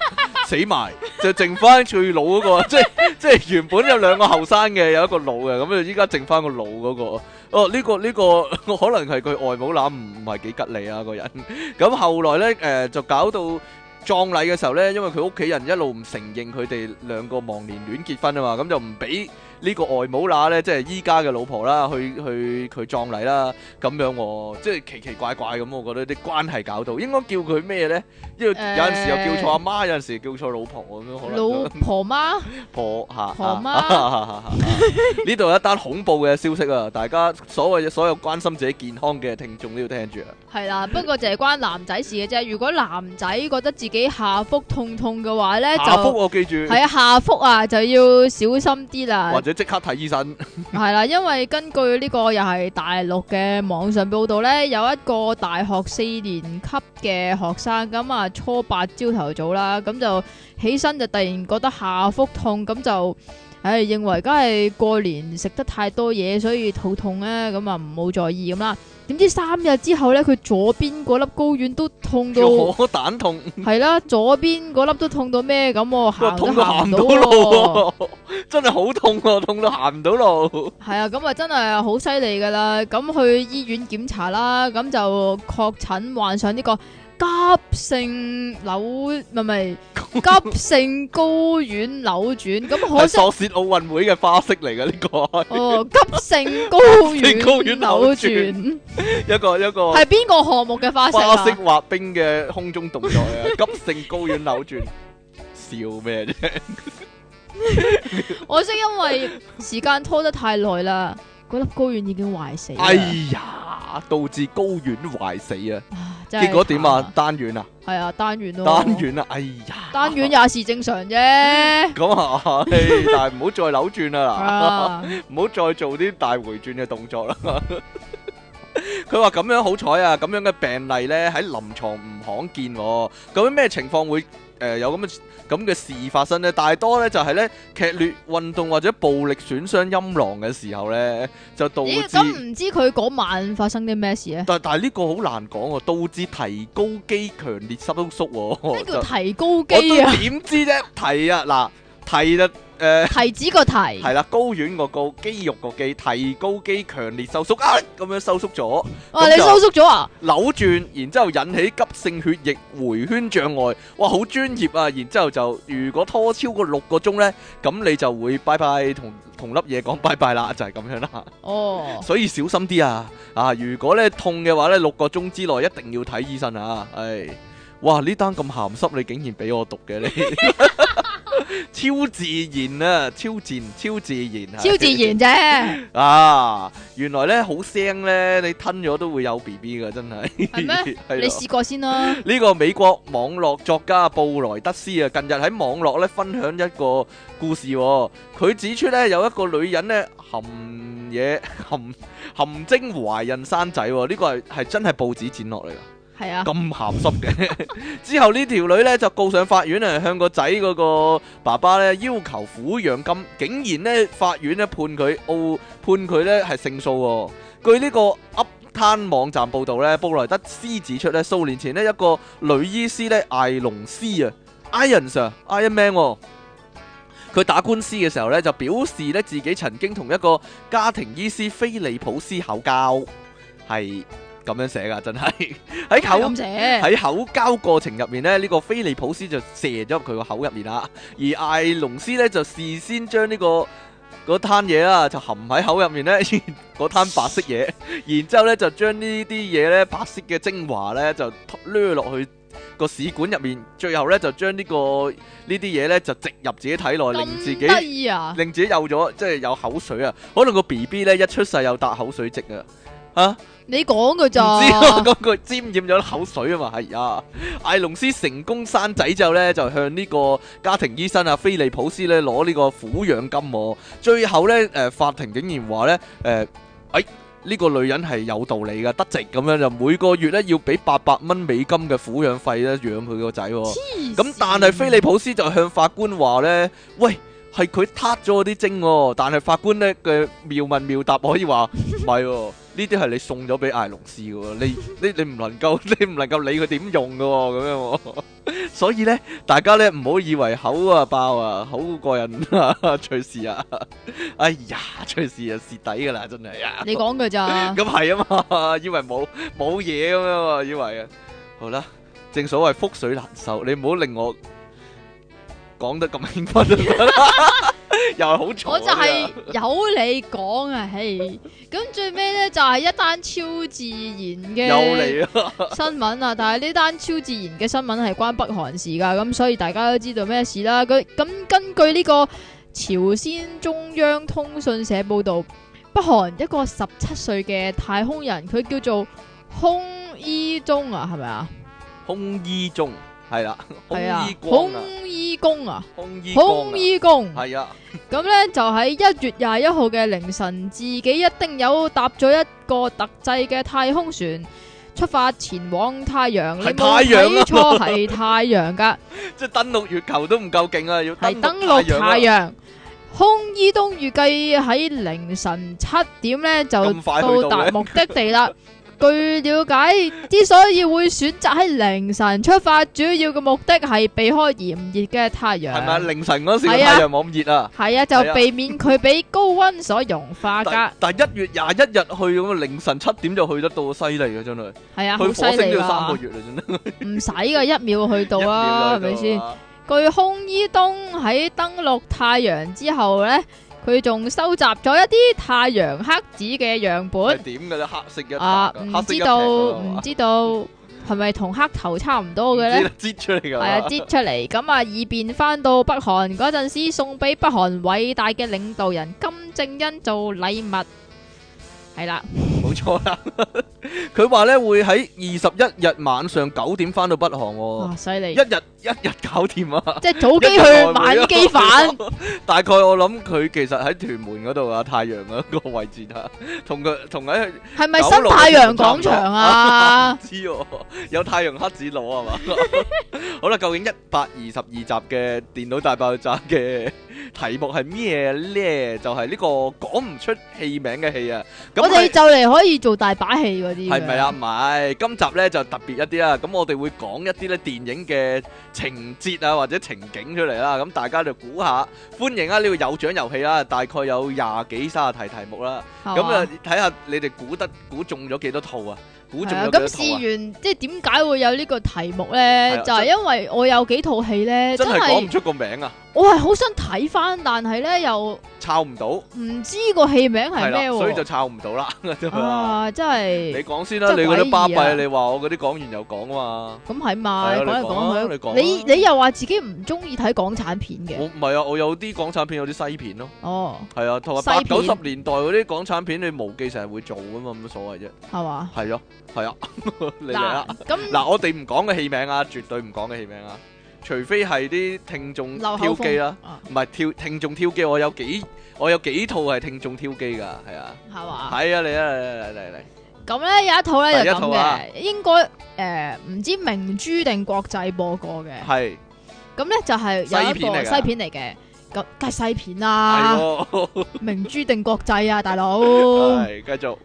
[SPEAKER 1] 死埋就剩翻最老嗰、個，即係即係原本有兩個後生嘅，有一個老嘅，咁就啊依家剩翻個老嗰、個。哦，呢、個呢、個 可能係佢外母乸唔唔係幾吉利啊個人。 咁後來呢，誒、就搞到葬禮嘅時候呢，因為佢屋企人一路唔承認佢哋兩個忘年戀結婚啊嘛，咁就唔俾呢個外母乸呢，即係依家嘅老婆啦，去去佢葬禮啦，咁樣喎、即係奇奇怪怪咁，我覺得啲關係搞到應該叫佢咩呢？因為有陣時又叫錯阿媽，有陣時叫錯老婆咁樣，可能都
[SPEAKER 2] 老婆媽
[SPEAKER 1] 婆嚇
[SPEAKER 2] 婆媽
[SPEAKER 1] 啊 呢度有一單恐怖嘅消息啊！大家所謂所有關心自己健康嘅聽眾都要聽住啊！
[SPEAKER 2] 係啦，不過就係關男仔事嘅啫。如果男仔覺得自己下腹痛痛嘅話咧，
[SPEAKER 1] 下腹
[SPEAKER 2] 就
[SPEAKER 1] 啊我記住，
[SPEAKER 2] 係啊下腹啊就要小心啲啦
[SPEAKER 1] 或。者即刻睇醫生。
[SPEAKER 2] 系啦，因為根據呢個又係大陸嘅網上報道呢，有一個大學四年級嘅學生咁啊，初八朝頭早啦，咁就起身就突然覺得下腹痛，咁就唉認為梗係過年食得太多嘢，所以肚痛咧，咁啊唔好在意咁啦。點知三日之後呢，佢左邊嗰粒睾丸都痛到
[SPEAKER 1] 我蛋痛，
[SPEAKER 2] 係啦，左邊嗰粒都痛到咩咁喎，
[SPEAKER 1] 哇
[SPEAKER 2] 行都
[SPEAKER 1] 痛到
[SPEAKER 2] 行
[SPEAKER 1] 行
[SPEAKER 2] 唔
[SPEAKER 1] 唔
[SPEAKER 2] 到
[SPEAKER 1] 到
[SPEAKER 2] 喎。
[SPEAKER 1] 路喎， 真係好痛啊！痛到行唔到路。
[SPEAKER 2] 系啊，咁啊真係好犀利噶啦！咁去醫院檢查啦，咁就確診患上呢個急性扭，唔係唔係 急性睾丸扭轉。咁可
[SPEAKER 1] 係
[SPEAKER 2] 惜
[SPEAKER 1] 索士奧運會嘅花式嚟嘅呢個，
[SPEAKER 2] 哦，急性睾
[SPEAKER 1] 睾
[SPEAKER 2] 丸
[SPEAKER 1] 丸
[SPEAKER 2] 扭
[SPEAKER 1] 扭
[SPEAKER 2] 轉
[SPEAKER 1] 轉一個一個
[SPEAKER 2] 係邊個項目嘅花式
[SPEAKER 1] 花式
[SPEAKER 2] 啊？
[SPEAKER 1] 滑冰嘅空中動作 啊！急性高遠扭轉，笑咩啫？
[SPEAKER 2] 我識因為時間拖得太耐啦，嗰粒睾丸已經壞死啦。
[SPEAKER 1] 哎呀，導致高遠壞死啊！
[SPEAKER 2] 啊真係
[SPEAKER 1] 結果點
[SPEAKER 2] 慘
[SPEAKER 1] 啊？？單遠啊？
[SPEAKER 2] 係啊，單元咯，
[SPEAKER 1] 單遠啊！哎呀，
[SPEAKER 2] 單元也是正常 啫。
[SPEAKER 1] 咁 啊，嘿但係唔好再扭轉啦，
[SPEAKER 2] 啊
[SPEAKER 1] 唔好再做啲大回轉嘅動作啦。 佢話咁樣好彩啊，咁樣嘅病例咧喺臨床唔罕見、喎。究竟咩情況會誒、呃有咁嘅咁嘅事發生呢？大多咧就係、呢咧劇烈運動或者暴力損傷陰囊嘅時候咧，就導
[SPEAKER 2] 咦，
[SPEAKER 1] 致。
[SPEAKER 2] 咁唔知佢嗰晚發生啲咩事咧？
[SPEAKER 1] 但但係呢個好難講喎，導致提高肌強烈收縮喎。
[SPEAKER 2] 咩
[SPEAKER 1] 哦 就
[SPEAKER 2] 叫提高
[SPEAKER 1] 我
[SPEAKER 2] 肌啊
[SPEAKER 1] 都？點知啫？提啊，嗱，提就誒。呃
[SPEAKER 2] 提子個提
[SPEAKER 1] 系，啦，睾丸個高，肌肉個肌，提高肌強烈收縮啊，咁樣收縮咗，
[SPEAKER 2] 哇！你
[SPEAKER 1] 就
[SPEAKER 2] 收縮咗啊？
[SPEAKER 1] 扭轉，然之后引起急性血液回圈障礙，哇，好專業啊！然之后就如果拖超過六個鐘呢，咁你就會拜拜同同粒嘢講拜拜啦，就係咁樣啦。
[SPEAKER 2] 哦，
[SPEAKER 1] 所以小心啲啊！啊，如果咧痛嘅話呢，六個鐘之內一定要睇醫生啊！唉，哇，呢單咁鹹濕，你竟然俾我讀嘅你， 超自然啊，超自然，超自然啊，
[SPEAKER 2] 超自然啫，
[SPEAKER 1] 啊，原來咧好腥咧，你吞咗都會有 B B 噶，真係。
[SPEAKER 2] 係咩
[SPEAKER 1] 係咯
[SPEAKER 2] 你試過先啦。
[SPEAKER 1] 呢個美國網絡作家布萊德斯啊，近日喺網絡咧分享一個故事、喎。佢指出咧有一個女人咧含嘢含含精懷孕生仔、喎，呢、個係係真係報紙剪落嚟㗎。
[SPEAKER 2] 係 啊，
[SPEAKER 1] 咁鹹濕嘅。之後呢條女呢就告上法院啊，向個仔嗰個爸爸呢要求撫養金，竟然呢法院呢判佢澳判佢呢係勝訴喎。據呢個 Up 攤網站報導呢，布萊德斯指出呢，數年前呢一個女醫師呢艾龍斯啊，Iron Sir，Iron Man 喎佢打官司嘅時候呢，就表示呢自己曾經同一個家庭醫師菲利普斯口交，係咁樣寫噶，真係喺
[SPEAKER 2] 係啊
[SPEAKER 1] 口
[SPEAKER 2] 咁寫。
[SPEAKER 1] 喺口交過程入面呢，呢、個菲利普斯就射咗入佢個口入面啦，而艾龍斯呢，就事先將呢、個嗰攤嘢啦，就含喺口入面呢， 嗰攤白色嘢，然之後呢，就將呢啲嘢呢，白色嘅精華呢，就掠落去個試管入面，最後呢，就將呢、個呢啲嘢呢，就植入自己體內，令自
[SPEAKER 2] 咁
[SPEAKER 1] 己
[SPEAKER 2] 得意啊！
[SPEAKER 1] 令自己有咗即係有口水啊！可能個 B B 呢，一出世有笪口水跡啊！唔知
[SPEAKER 2] 你講嘅咋？
[SPEAKER 1] 啊，嗰個沾染咗口水啊嘛，係啊！艾龍斯成功生仔之後咧，就向呢個家庭醫生啊菲利普斯咧攞呢個撫養金喎。最後咧，誒、法庭竟然話咧，誒、哎呢、個女人係有道理嘅，得值咁樣就每個月咧要俾八百蚊美金嘅撫養費咧養佢個仔喎。
[SPEAKER 2] 黐
[SPEAKER 1] 咁
[SPEAKER 2] 線
[SPEAKER 1] 但係菲利普斯就向法官話呢：「喂，係佢撻咗啲精喎。」但係法官呢嘅妙問妙答可以 話唔係喎，呢啲係你送咗俾艾龍斯嘅喎，你你你唔能夠 你唔能夠理佢點用嘅喎，咁樣喎。 所以呢，大家呢唔好以為口啊爆啊，好過癮啊， 隨時啊，哎呀，隨時啊蝕底㗎啦，真係啊！
[SPEAKER 2] 你講嘅咋？
[SPEAKER 1] 咁係啊嘛， 以為冇冇嘢咁樣啊，以為啊，好啦，正所謂覆水難收，你唔好令我講得咁興 奮啊，又係好嘈啊。
[SPEAKER 2] 我就係有你講啊，嘿！咁最尾咧就係一單超自然嘅
[SPEAKER 1] 又嚟啊，
[SPEAKER 2] 新聞啊，但係呢單超自然嘅新聞係關北韓事㗎，咁所以大家都知道咩事啦。佢咁根據呢個朝鮮中央通訊社報導，北韓一個十七歲嘅太空人，佢叫做空伊中啊，係咪啊？
[SPEAKER 1] 空衣中係系啦，空
[SPEAKER 2] 係啊
[SPEAKER 1] 衣，光啊，
[SPEAKER 2] 孔醫公啊，
[SPEAKER 1] 空衣光
[SPEAKER 2] 孔醫公。
[SPEAKER 1] 啊，系啊，
[SPEAKER 2] 咁咧就喺一月廿一號嘅凌晨，自己一定有搭咗一個特製嘅太空船出發前往太陽。你
[SPEAKER 1] 係
[SPEAKER 2] 冇
[SPEAKER 1] 太陽啊
[SPEAKER 2] 睇錯，係太陽 噶，
[SPEAKER 1] 即系登陆月球都唔夠勁啊，要
[SPEAKER 2] 係登
[SPEAKER 1] 陸
[SPEAKER 2] 陸太
[SPEAKER 1] 陽啊
[SPEAKER 2] 陽。空伊東預計喺凌晨七點咧就
[SPEAKER 1] 咁快去到
[SPEAKER 2] 到達
[SPEAKER 1] 嘅
[SPEAKER 2] 目的地啦。 據了解，之所以會選擇喺凌晨出發，主要嘅目的係避開炎熱嘅太陽。
[SPEAKER 1] 係咪啊？凌晨嗰時個
[SPEAKER 2] 係啊
[SPEAKER 1] 太陽冇咁熱啊，
[SPEAKER 2] 系啊，
[SPEAKER 1] 係啊
[SPEAKER 2] 就避免佢俾高温所融化噶，
[SPEAKER 1] 但但一月廿一日去咁啊，凌晨七點就去得到，犀利啊，真係。
[SPEAKER 2] 係
[SPEAKER 1] 去
[SPEAKER 2] 啊，好
[SPEAKER 1] 火
[SPEAKER 2] 犀
[SPEAKER 1] 星都
[SPEAKER 2] 利
[SPEAKER 1] 要三個
[SPEAKER 2] 噶，
[SPEAKER 1] 月啦， 真係。
[SPEAKER 2] 唔使噶，一秒去到啦，係
[SPEAKER 1] 一秒就去
[SPEAKER 2] 咪
[SPEAKER 1] 到
[SPEAKER 2] 先？
[SPEAKER 1] 啊？
[SPEAKER 2] 據空伊東喺登陸太陽之後呢，佢仲收集咗一啲太陽黑子嘅樣
[SPEAKER 1] 係
[SPEAKER 2] 本，
[SPEAKER 1] 點嘅咧？黑色一笪
[SPEAKER 2] 啊，
[SPEAKER 1] 㗎
[SPEAKER 2] 唔
[SPEAKER 1] 黑色一
[SPEAKER 2] 知
[SPEAKER 1] 撇
[SPEAKER 2] 道
[SPEAKER 1] 㗎嘛
[SPEAKER 2] 唔知道係咪同黑頭差唔多
[SPEAKER 1] 唔知
[SPEAKER 2] 嘅呢？
[SPEAKER 1] 啦擠出嚟㗎
[SPEAKER 2] 係
[SPEAKER 1] 嘛。
[SPEAKER 2] 啊，擠出嚟咁啊，以便翻到北韓嗰陣時送俾北韓偉大嘅領導人金正恩做禮物，係啦。
[SPEAKER 1] 冇錯啦。 佢話咧會喺二十一日晚上九點翻到北韓喎，
[SPEAKER 2] 哇，犀利！
[SPEAKER 1] 哦一日一日搞掂啊！
[SPEAKER 2] 即系早機去，晚機返，
[SPEAKER 1] 大概我諗佢其實喺屯門嗰度啊，太陽嗰個位置啊，同佢同喺
[SPEAKER 2] 係咪新太陽廣場啊？
[SPEAKER 1] 知喎，有太陽黑子攞啊嘛。 好啦，究竟一百二十二集嘅電腦大爆炸嘅題目係咩咧？就係呢個講唔出戲名嘅戲啊。 咁
[SPEAKER 2] 我哋
[SPEAKER 1] 係
[SPEAKER 2] 就嚟可以做大把戲嗰啲，
[SPEAKER 1] 係咪啊？？唔係，今集咧就特別一啲啦。咁我哋會講一啲咧電影嘅情節啊，或者情景出嚟啦。咁大家就估下，歡迎啊！呢個有獎遊戲啦，大概有廿幾三十題題目啦。
[SPEAKER 2] 咁
[SPEAKER 1] 咁啊，，睇下你哋估得估中咗幾多套啊？估中
[SPEAKER 2] 係啊
[SPEAKER 1] 咗
[SPEAKER 2] 咁
[SPEAKER 1] 幾
[SPEAKER 2] 試
[SPEAKER 1] 多套啊？
[SPEAKER 2] 完即系點解會有呢個題目
[SPEAKER 1] 係
[SPEAKER 2] 咧
[SPEAKER 1] 啊？
[SPEAKER 2] 就係因為我有幾套戲咧，
[SPEAKER 1] 真
[SPEAKER 2] 真
[SPEAKER 1] 係講
[SPEAKER 2] 係
[SPEAKER 1] 唔出個名啊，
[SPEAKER 2] 我係好想睇翻，但係咧又唔
[SPEAKER 1] 抄唔到，
[SPEAKER 2] 知個戲名係
[SPEAKER 1] 係啦，
[SPEAKER 2] 咩
[SPEAKER 1] 所以就
[SPEAKER 2] 喎？
[SPEAKER 1] 抄唔到 啦。咁啊
[SPEAKER 2] 啊，真
[SPEAKER 1] 你
[SPEAKER 2] 係
[SPEAKER 1] 講先啦，你
[SPEAKER 2] 真係
[SPEAKER 1] 嗰啲巴
[SPEAKER 2] 詭異啊
[SPEAKER 1] 閉，你話我嗰啲講完又講啊嘛。
[SPEAKER 2] 咁係嘛？
[SPEAKER 1] 係啊
[SPEAKER 2] 講嚟
[SPEAKER 1] 你講啊你講
[SPEAKER 2] 講
[SPEAKER 1] 啊
[SPEAKER 2] 去，你你又話自己唔中意睇港產片
[SPEAKER 1] 我
[SPEAKER 2] 嘅，
[SPEAKER 1] 唔係啊，我有啲港產片，有啲西片咯。
[SPEAKER 2] 哦，
[SPEAKER 1] 係啊，同埋
[SPEAKER 2] 西
[SPEAKER 1] 八九
[SPEAKER 2] 片
[SPEAKER 1] 十年代嗰啲港產片，你無記成日會做噶嘛，冇乜所謂啫。
[SPEAKER 2] 係嘛？
[SPEAKER 1] 係咯，係啊， 你嚟
[SPEAKER 2] 嗱
[SPEAKER 1] 啦。，
[SPEAKER 2] 咁
[SPEAKER 1] 嗱，我哋唔講嘅戲名啊，絕對唔講嘅戲名啊，除非係啲聽眾
[SPEAKER 2] 漏
[SPEAKER 1] 挑
[SPEAKER 2] 口
[SPEAKER 1] 機
[SPEAKER 2] 風
[SPEAKER 1] 啦，
[SPEAKER 2] 啊，
[SPEAKER 1] 唔係挑聽眾挑機，我有幾我有幾套係聽眾挑機㗎，係啊，
[SPEAKER 2] 係嘛？
[SPEAKER 1] 係啊，嚟啊，嚟嚟嚟嚟，
[SPEAKER 2] 咁咧有一套咧
[SPEAKER 1] 第一
[SPEAKER 2] 就
[SPEAKER 1] 套
[SPEAKER 2] 咁
[SPEAKER 1] 啊
[SPEAKER 2] 嘅，應該诶唔知明珠定國際播過嘅，
[SPEAKER 1] 係
[SPEAKER 2] 咁咧就係有
[SPEAKER 1] 西
[SPEAKER 2] 一
[SPEAKER 1] 片嚟
[SPEAKER 2] 個
[SPEAKER 1] 㗎
[SPEAKER 2] 西片嚟嘅，咁梗係西片
[SPEAKER 1] 係
[SPEAKER 2] 啦，
[SPEAKER 1] 喎，
[SPEAKER 2] 明珠定國際啊，大佬，咁
[SPEAKER 1] 係繼續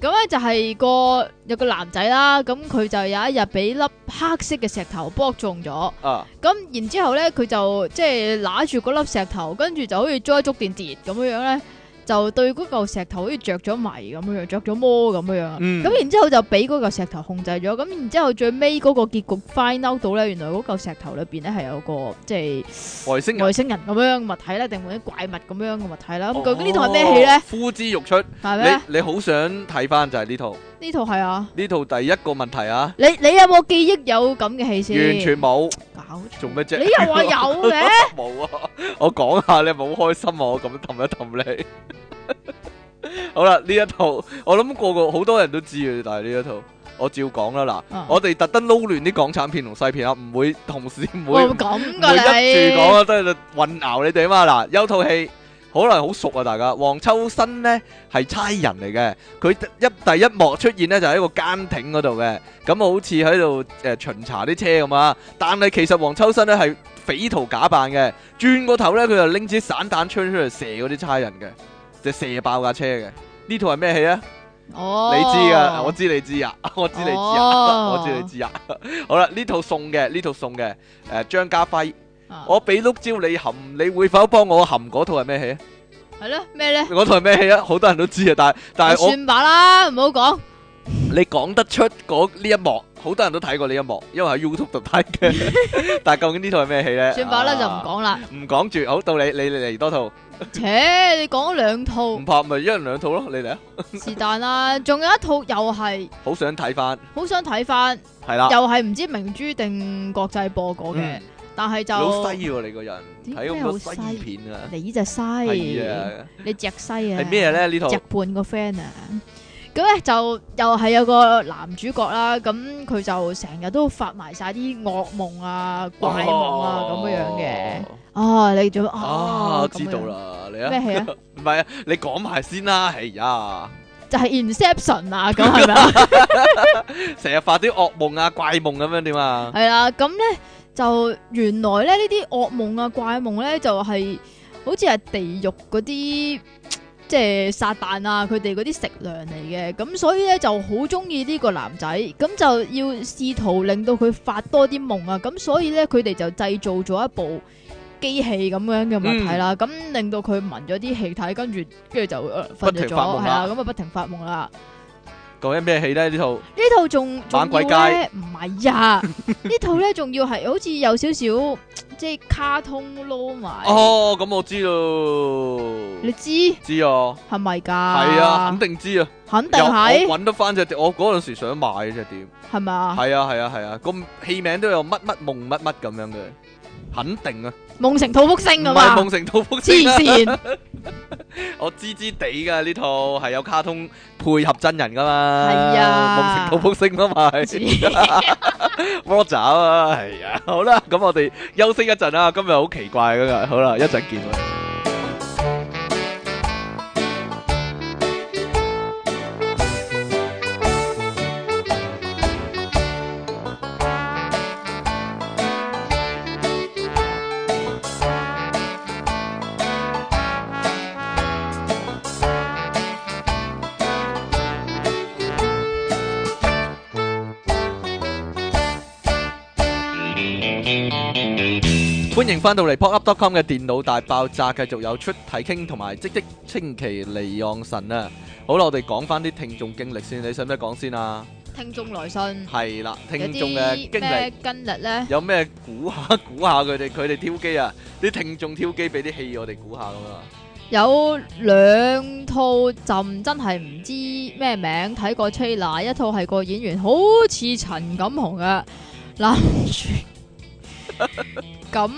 [SPEAKER 2] 咧就係個有個男仔啦，咁佢就有一日俾粒黑色嘅石頭剝中咗，
[SPEAKER 1] 啊，
[SPEAKER 2] 咁然之后咧佢就即係揦住嗰粒石頭，跟住就好似捉一捉電跌咁樣樣咧，就對嗰嚿石頭好似着咗迷咁樣樣，着咗魔咁樣樣啊。
[SPEAKER 1] 嗯
[SPEAKER 2] 咁然之後就俾嗰嚿石頭控制咗，咁然之後最尾嗰個結局 find out 到咧，原來嗰嚿石頭裏邊咧係有個即
[SPEAKER 1] 外星
[SPEAKER 2] 係
[SPEAKER 1] 人
[SPEAKER 2] 外星人咁樣嘅物體咧，定或者怪物咁樣嘅物體啦。咁究竟呢
[SPEAKER 1] 哦
[SPEAKER 2] 套係咩戲咧？
[SPEAKER 1] 呼之欲出，
[SPEAKER 2] 係啊咩？
[SPEAKER 1] 你你好想睇翻就係呢套，
[SPEAKER 2] 呢套係啊？
[SPEAKER 1] 呢套第一個問題啊，
[SPEAKER 2] 你你有冇記憶有咁嘅戲先？
[SPEAKER 1] 完全冇，
[SPEAKER 2] 搞錯
[SPEAKER 1] 做乜啫
[SPEAKER 2] 你又話有嘅？
[SPEAKER 1] 冇啊！我講下你係咪好開心啊！我咁樣氹一氹你。 好啦，呢一套我諗個個好多人都知嘅，但係呢一套我照講啦嗱，
[SPEAKER 2] 啊
[SPEAKER 1] 我哋特登撈亂啲港產片同西片啊，唔會同時唔會
[SPEAKER 2] 會
[SPEAKER 1] 唔
[SPEAKER 2] 咁
[SPEAKER 1] 會
[SPEAKER 2] 噶
[SPEAKER 1] 一住講
[SPEAKER 2] 你？
[SPEAKER 1] 啊，都係混淆你哋啊嘛嗱，有套戲。可能好熟啊！大家，黃秋生呢係差人嚟嘅，佢一第一幕出現呢，就喺個間艇嗰度嘅，咁好似喺度誒巡查啲車咁啊。但係其實黃秋生呢係匪徒假扮嘅，轉個頭呢，佢就拎支散彈槍出嚟射嗰啲差人嘅，就射爆架車嘅。呢套係咩戲啊？
[SPEAKER 2] 哦，
[SPEAKER 1] 你知噶，我知你知啊， 我知你知啊，
[SPEAKER 2] 哦
[SPEAKER 1] 我知你知啊。 好啦，呢套送嘅，呢套送嘅，誒、張家輝。
[SPEAKER 2] 啊
[SPEAKER 1] 我俾碌蕉你含，你會否幫我含嗰套係咩戲啊？
[SPEAKER 2] 係咯咩咧？
[SPEAKER 1] 嗰套係咩戲啊？好多人都知啊，但係但係我
[SPEAKER 2] 算吧啦，唔好講。
[SPEAKER 1] 你講得出嗰呢一幕，好多人都睇過呢一幕，因為喺 YouTube 度睇嘅。 但係究竟呢套係咩戲咧？
[SPEAKER 2] 算吧啦，就唔
[SPEAKER 1] 啊
[SPEAKER 2] 講啦。
[SPEAKER 1] 唔講住，好到你，你你嚟多套，
[SPEAKER 2] 切，你講咗兩套
[SPEAKER 1] 唔 怕咪一人兩套咯，你嚟啊！
[SPEAKER 2] 是但啦，仲有一套又係
[SPEAKER 1] 好想睇翻，
[SPEAKER 2] 好想睇翻。
[SPEAKER 1] 係啦，
[SPEAKER 2] 又係唔知明珠定國際播過嘅，
[SPEAKER 1] 嗯
[SPEAKER 2] 但係
[SPEAKER 1] 你好
[SPEAKER 2] 就
[SPEAKER 1] 西喎你個人，
[SPEAKER 2] 點
[SPEAKER 1] 睇咁
[SPEAKER 2] 咩
[SPEAKER 1] 多
[SPEAKER 2] 好西
[SPEAKER 1] 西片啊，
[SPEAKER 2] 你隻西，
[SPEAKER 1] 係啊，
[SPEAKER 2] 你隻西啊，
[SPEAKER 1] 係咩？咧？呢套
[SPEAKER 2] 隻半個 friend 啊，咁咧就又係有個男主角啦，咁佢就成日都發埋晒啲惡夢啊、怪夢啊咁樣樣嘅。
[SPEAKER 1] 哦
[SPEAKER 2] 啊，你做
[SPEAKER 1] 啊，
[SPEAKER 2] 啊？
[SPEAKER 1] 知道啦，你
[SPEAKER 2] 咁樣。咩
[SPEAKER 1] 啊，
[SPEAKER 2] 戲啊？
[SPEAKER 1] 唔係啊，你講埋先啦，哎呀，
[SPEAKER 2] 就係 Inception 啊，咁係咪啊？
[SPEAKER 1] 成日發啲惡夢啊、怪夢咁樣點啊？
[SPEAKER 2] 係啦，咁咧就原來咧呢啲惡夢啊、怪夢咧就係、好似係地獄嗰啲。即係撒旦啊，佢哋嗰啲食糧嚟嘅，咁所以咧就好中意呢個男仔，咁就要試圖令到佢發多啲夢啊，咁所以咧佢哋就製造咗一部機器咁樣嘅物
[SPEAKER 1] 嗯
[SPEAKER 2] 體啦，咁、令到佢聞咗啲氣體，跟住跟住就呃瞓
[SPEAKER 1] 不
[SPEAKER 2] 着
[SPEAKER 1] 停
[SPEAKER 2] 咗，
[SPEAKER 1] 發夢
[SPEAKER 2] 係
[SPEAKER 1] 啦
[SPEAKER 2] 啦，咁啊不停發夢啦。
[SPEAKER 1] 講緊咩戲咧？呢套
[SPEAKER 2] 呢套仲
[SPEAKER 1] 猛
[SPEAKER 2] 仲
[SPEAKER 1] 鬼
[SPEAKER 2] 要咧，唔 係啊！呢套咧仲要係好似有少少即係卡通撈埋，
[SPEAKER 1] 哦，咁我知咯，
[SPEAKER 2] 你知係
[SPEAKER 1] 知啊，
[SPEAKER 2] 咪㗎？係
[SPEAKER 1] 係啊，肯，定知啊，
[SPEAKER 2] 肯定
[SPEAKER 1] 有
[SPEAKER 2] 係，
[SPEAKER 1] 我揾得翻只碟，我嗰陣時想買嘅只碟，
[SPEAKER 2] 係咪啊？
[SPEAKER 1] 係啊係啊係啊，個戲名都有乜乜夢乜乜咁樣嘅，肯定啊，
[SPEAKER 2] 夢成土福
[SPEAKER 1] 唔
[SPEAKER 2] 星咁
[SPEAKER 1] 係
[SPEAKER 2] 嘛，
[SPEAKER 1] 夢成套福
[SPEAKER 2] 黐
[SPEAKER 1] 星啊
[SPEAKER 2] 線，
[SPEAKER 1] 我知知地噶呢套係有卡通配合真人噶嘛，
[SPEAKER 2] 係啊
[SPEAKER 1] 夢成土福星啊嘛 係，Roger 啊，係啊，好啦，咁我哋休息一陣啦，今日好奇怪噶，好啦，一陣見啦。欢迎翻到嚟 popup.com 嘅電腦大爆炸，繼續有出體傾同埋即即清奇離岸神啊！好啦，我哋講翻啲聽眾經歷先，你使唔使講先啊？
[SPEAKER 2] 聽眾來信，
[SPEAKER 1] 係啦，
[SPEAKER 2] 有
[SPEAKER 1] 聽眾嘅
[SPEAKER 2] 啲
[SPEAKER 1] 經歷
[SPEAKER 2] 咩跟日咧？
[SPEAKER 1] 有咩估下 估下佢哋，佢哋挑機啊！啲聽眾挑機俾啲戲我哋估下咁啊！
[SPEAKER 2] 有兩套朕真係唔知咩名，睇過 trailer，一套係個演員好似陳錦鴻嘅 攬住咁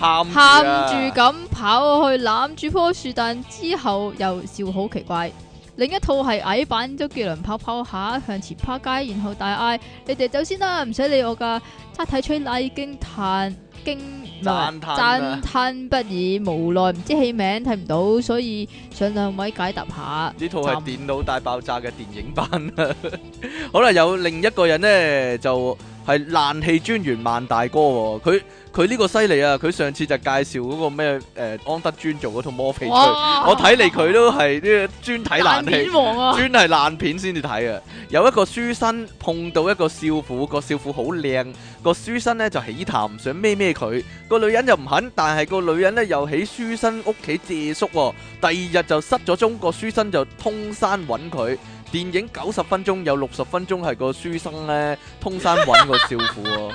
[SPEAKER 1] 喊
[SPEAKER 2] 嗯喊
[SPEAKER 1] 啊
[SPEAKER 2] 住咁跑去攬住棵樹，但之後又笑好奇怪。另一套係矮版周杰倫跑跑下向前趴街，然後大嗌：你哋走先啦，唔使理我噶。測睇吹奶已經嘆驚唔係
[SPEAKER 1] 讚嘆啊
[SPEAKER 2] 讚嘆不已，無奈唔知戲名睇唔到，所以想兩位解答下。
[SPEAKER 1] 呢套係《電腦大爆炸》嘅電影版啊！ 好啦，有另一個人呢，就係、爛戲專員萬大哥喎、佢佢呢個犀利啊！佢上次就介紹嗰個咩誒、呃安德尊做嗰套魔皮佢，
[SPEAKER 2] 哇
[SPEAKER 1] 我睇嚟佢都係呢個專睇
[SPEAKER 2] 爛
[SPEAKER 1] 爛戲
[SPEAKER 2] 片。王啊！
[SPEAKER 1] 專係爛片先至睇嘅，有一個書生碰到一個少婦，個少婦好靚，個書生呢就起痰想孭孭佢，個女人又唔肯，但係個女人呢又喺書生屋企借宿、喎。第二日就失咗蹤，個書生就通山揾佢。電影九十分鐘有六十分鐘係個書生呢通山揾個少婦、喎。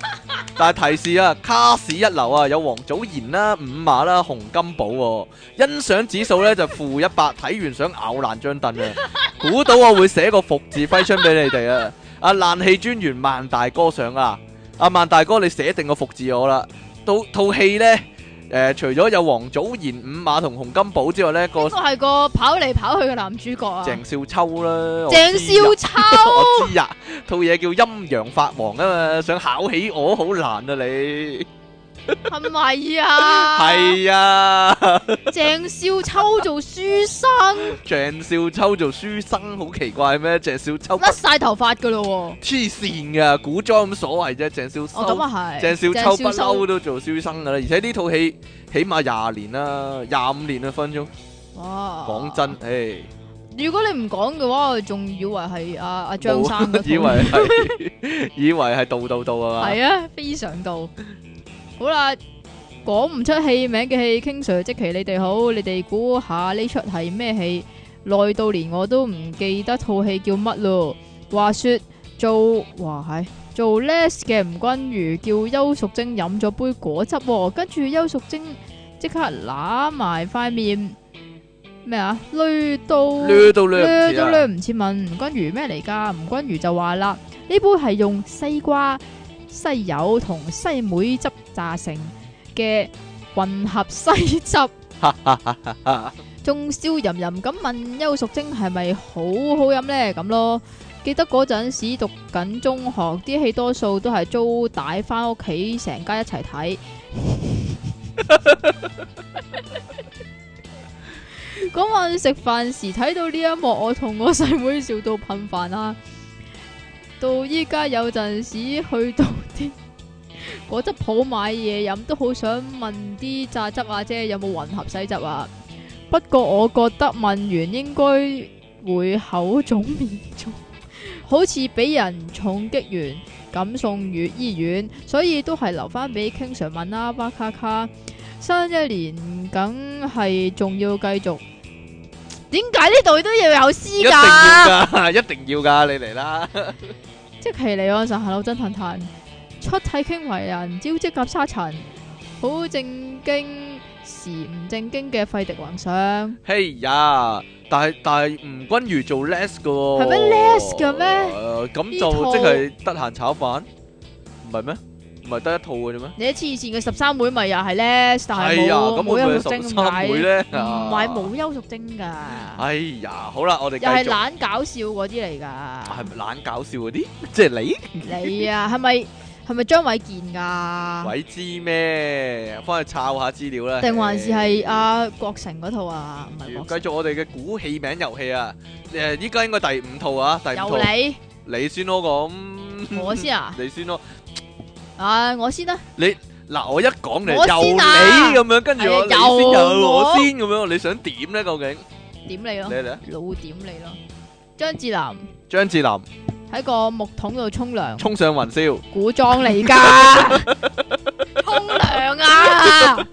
[SPEAKER 1] 但係提示啊，卡士一流啊，有王祖賢啦、五馬啦、洪金寶、喎。欣賞指數咧就負一百，睇完想咬爛張凳啊！估到我會寫個服字揮春俾你哋啊！阿爛戲專員萬大哥上啊！阿萬大哥，你寫定個服字我啦。到套戲呢，誒、除咗有王祖賢、五馬同洪金寶之外 呢，個
[SPEAKER 2] 邊個係個跑嚟跑去嘅男主角啊？
[SPEAKER 1] 鄭少秋啦，我
[SPEAKER 2] 鄭
[SPEAKER 1] 知啊
[SPEAKER 2] 少秋。
[SPEAKER 1] 我知啊，套嘢叫《陰陽法王》啊嘛，想考起我好難啊你。
[SPEAKER 2] 系咪啊？
[SPEAKER 1] 係啊。
[SPEAKER 2] 郑少秋做書生，
[SPEAKER 1] 鄭少秋做書生好奇怪咩？鄭少秋不
[SPEAKER 2] 甩晒頭髮噶咯
[SPEAKER 1] 黐線噶，古裝咁所謂啫。鄭少
[SPEAKER 2] 喎。哦，咁
[SPEAKER 1] 秋，
[SPEAKER 2] 啊係。
[SPEAKER 1] 鄭少秋不
[SPEAKER 2] 鄭
[SPEAKER 1] 嬲都做書生噶啦，而且呢套戲起碼廿年啦，廿五年啦啊分鐘。
[SPEAKER 2] 哇！
[SPEAKER 1] 講真，，誒，
[SPEAKER 2] 如果你唔講嘅話，我仲以為係阿阿张
[SPEAKER 1] 冇
[SPEAKER 2] 生嗰套
[SPEAKER 1] 以為係以為係道道道啊嘛。
[SPEAKER 2] 係啊，非常到。好啦，講唔出戲名嘅戲，King Sir 即其你哋好，你哋估下呢出係咩戲？耐到連我都唔記得套戲叫乜咯。話說做哇係做 Les 嘅吳君如叫邱淑貞飲咗杯果汁、喎，跟住邱淑貞即刻揦埋塊面咩啊？攣到
[SPEAKER 1] 掠到掠唔
[SPEAKER 2] 略
[SPEAKER 1] 切
[SPEAKER 2] 都
[SPEAKER 1] 啊
[SPEAKER 2] 略唔切問吳君如咩嚟㗎？吳君如就話啦：呢杯係用西瓜、西柚同西梅汁榨成嘅混合西汁。仲笑吟吟咁問邱淑貞係咪好好飲呢？咁咯。記得嗰陣時讀緊中學，啲戲多數都係租帶翻屋企，成家一齊睇。嗰晚食飯時睇到呢一幕，我同我細妹笑到噴飯啦。到依家有陣時去到啲果汁鋪買嘢飲，都好想問啲榨汁阿姐有冇混合西汁啊。不過我覺得問完應該會口腫面腫， 好似俾人重擊完，咁送院醫院，所以都係留翻俾 King Sir 問啦。巴卡卡，新一年梗係仲要繼續。點解呢度都要有詩㗎？
[SPEAKER 1] 一定要㗎，一定要㗎，你嚟啦。
[SPEAKER 2] 即其離岸神行路真騰騰，出體傾為人，招積夾沙塵，好正經時唔正經嘅費迪幻想。
[SPEAKER 1] 嘿呀，但係-但係吳君如做less㗎喎。Ờ,
[SPEAKER 2] 係咩？less嘅咩？
[SPEAKER 1] 誒，咁就
[SPEAKER 2] 呢套。
[SPEAKER 1] 即係得閒炒飯？唔係咩？唔係得一套嘅啫咩？
[SPEAKER 2] 你黐線嘅十三妹咪又係咧，但係
[SPEAKER 1] 哎呀，
[SPEAKER 2] 冇冇
[SPEAKER 1] 咁會唔會
[SPEAKER 2] 優
[SPEAKER 1] 有
[SPEAKER 2] 淑貞
[SPEAKER 1] 十三妹呢？
[SPEAKER 2] 買，唔
[SPEAKER 1] À.
[SPEAKER 2] 係冇優淑貞㗎，
[SPEAKER 1] 哎呀，好啦，我哋
[SPEAKER 2] 又係
[SPEAKER 1] 繼續。
[SPEAKER 2] 懶搞笑嗰啲嚟㗎。
[SPEAKER 1] 係咪懶搞笑嗰啲？即係你？
[SPEAKER 2] 你啊，係咪係咪張偉健㗎？
[SPEAKER 1] 鬼知咩？返去抄下資料啦。
[SPEAKER 2] 定還是係
[SPEAKER 1] 唉。
[SPEAKER 2] 阿郭成嗰套啊？唔係
[SPEAKER 1] 繼
[SPEAKER 2] 郭成，
[SPEAKER 1] 續我哋嘅估戲名遊戲啊！誒、依家應該第五套啊，第五套
[SPEAKER 2] 有你
[SPEAKER 1] 你先咯，咁
[SPEAKER 2] 我先啊，
[SPEAKER 1] 你先咯。
[SPEAKER 2] 啊我先啦，
[SPEAKER 1] 嗱，我一講你
[SPEAKER 2] 我
[SPEAKER 1] 又
[SPEAKER 2] 先啊
[SPEAKER 1] 你咁樣，跟住我
[SPEAKER 2] 係啊
[SPEAKER 1] 你先
[SPEAKER 2] 又
[SPEAKER 1] 又
[SPEAKER 2] 我
[SPEAKER 1] 我先咁樣，你想點咧？究竟
[SPEAKER 2] 點你咯
[SPEAKER 1] 你，嚟啊？
[SPEAKER 2] 老點你咯，張智霖。
[SPEAKER 1] 張智霖
[SPEAKER 2] 喺個木桶度沖涼，
[SPEAKER 1] 衝上雲霄，
[SPEAKER 2] 古裝 嚟噶，沖涼啊，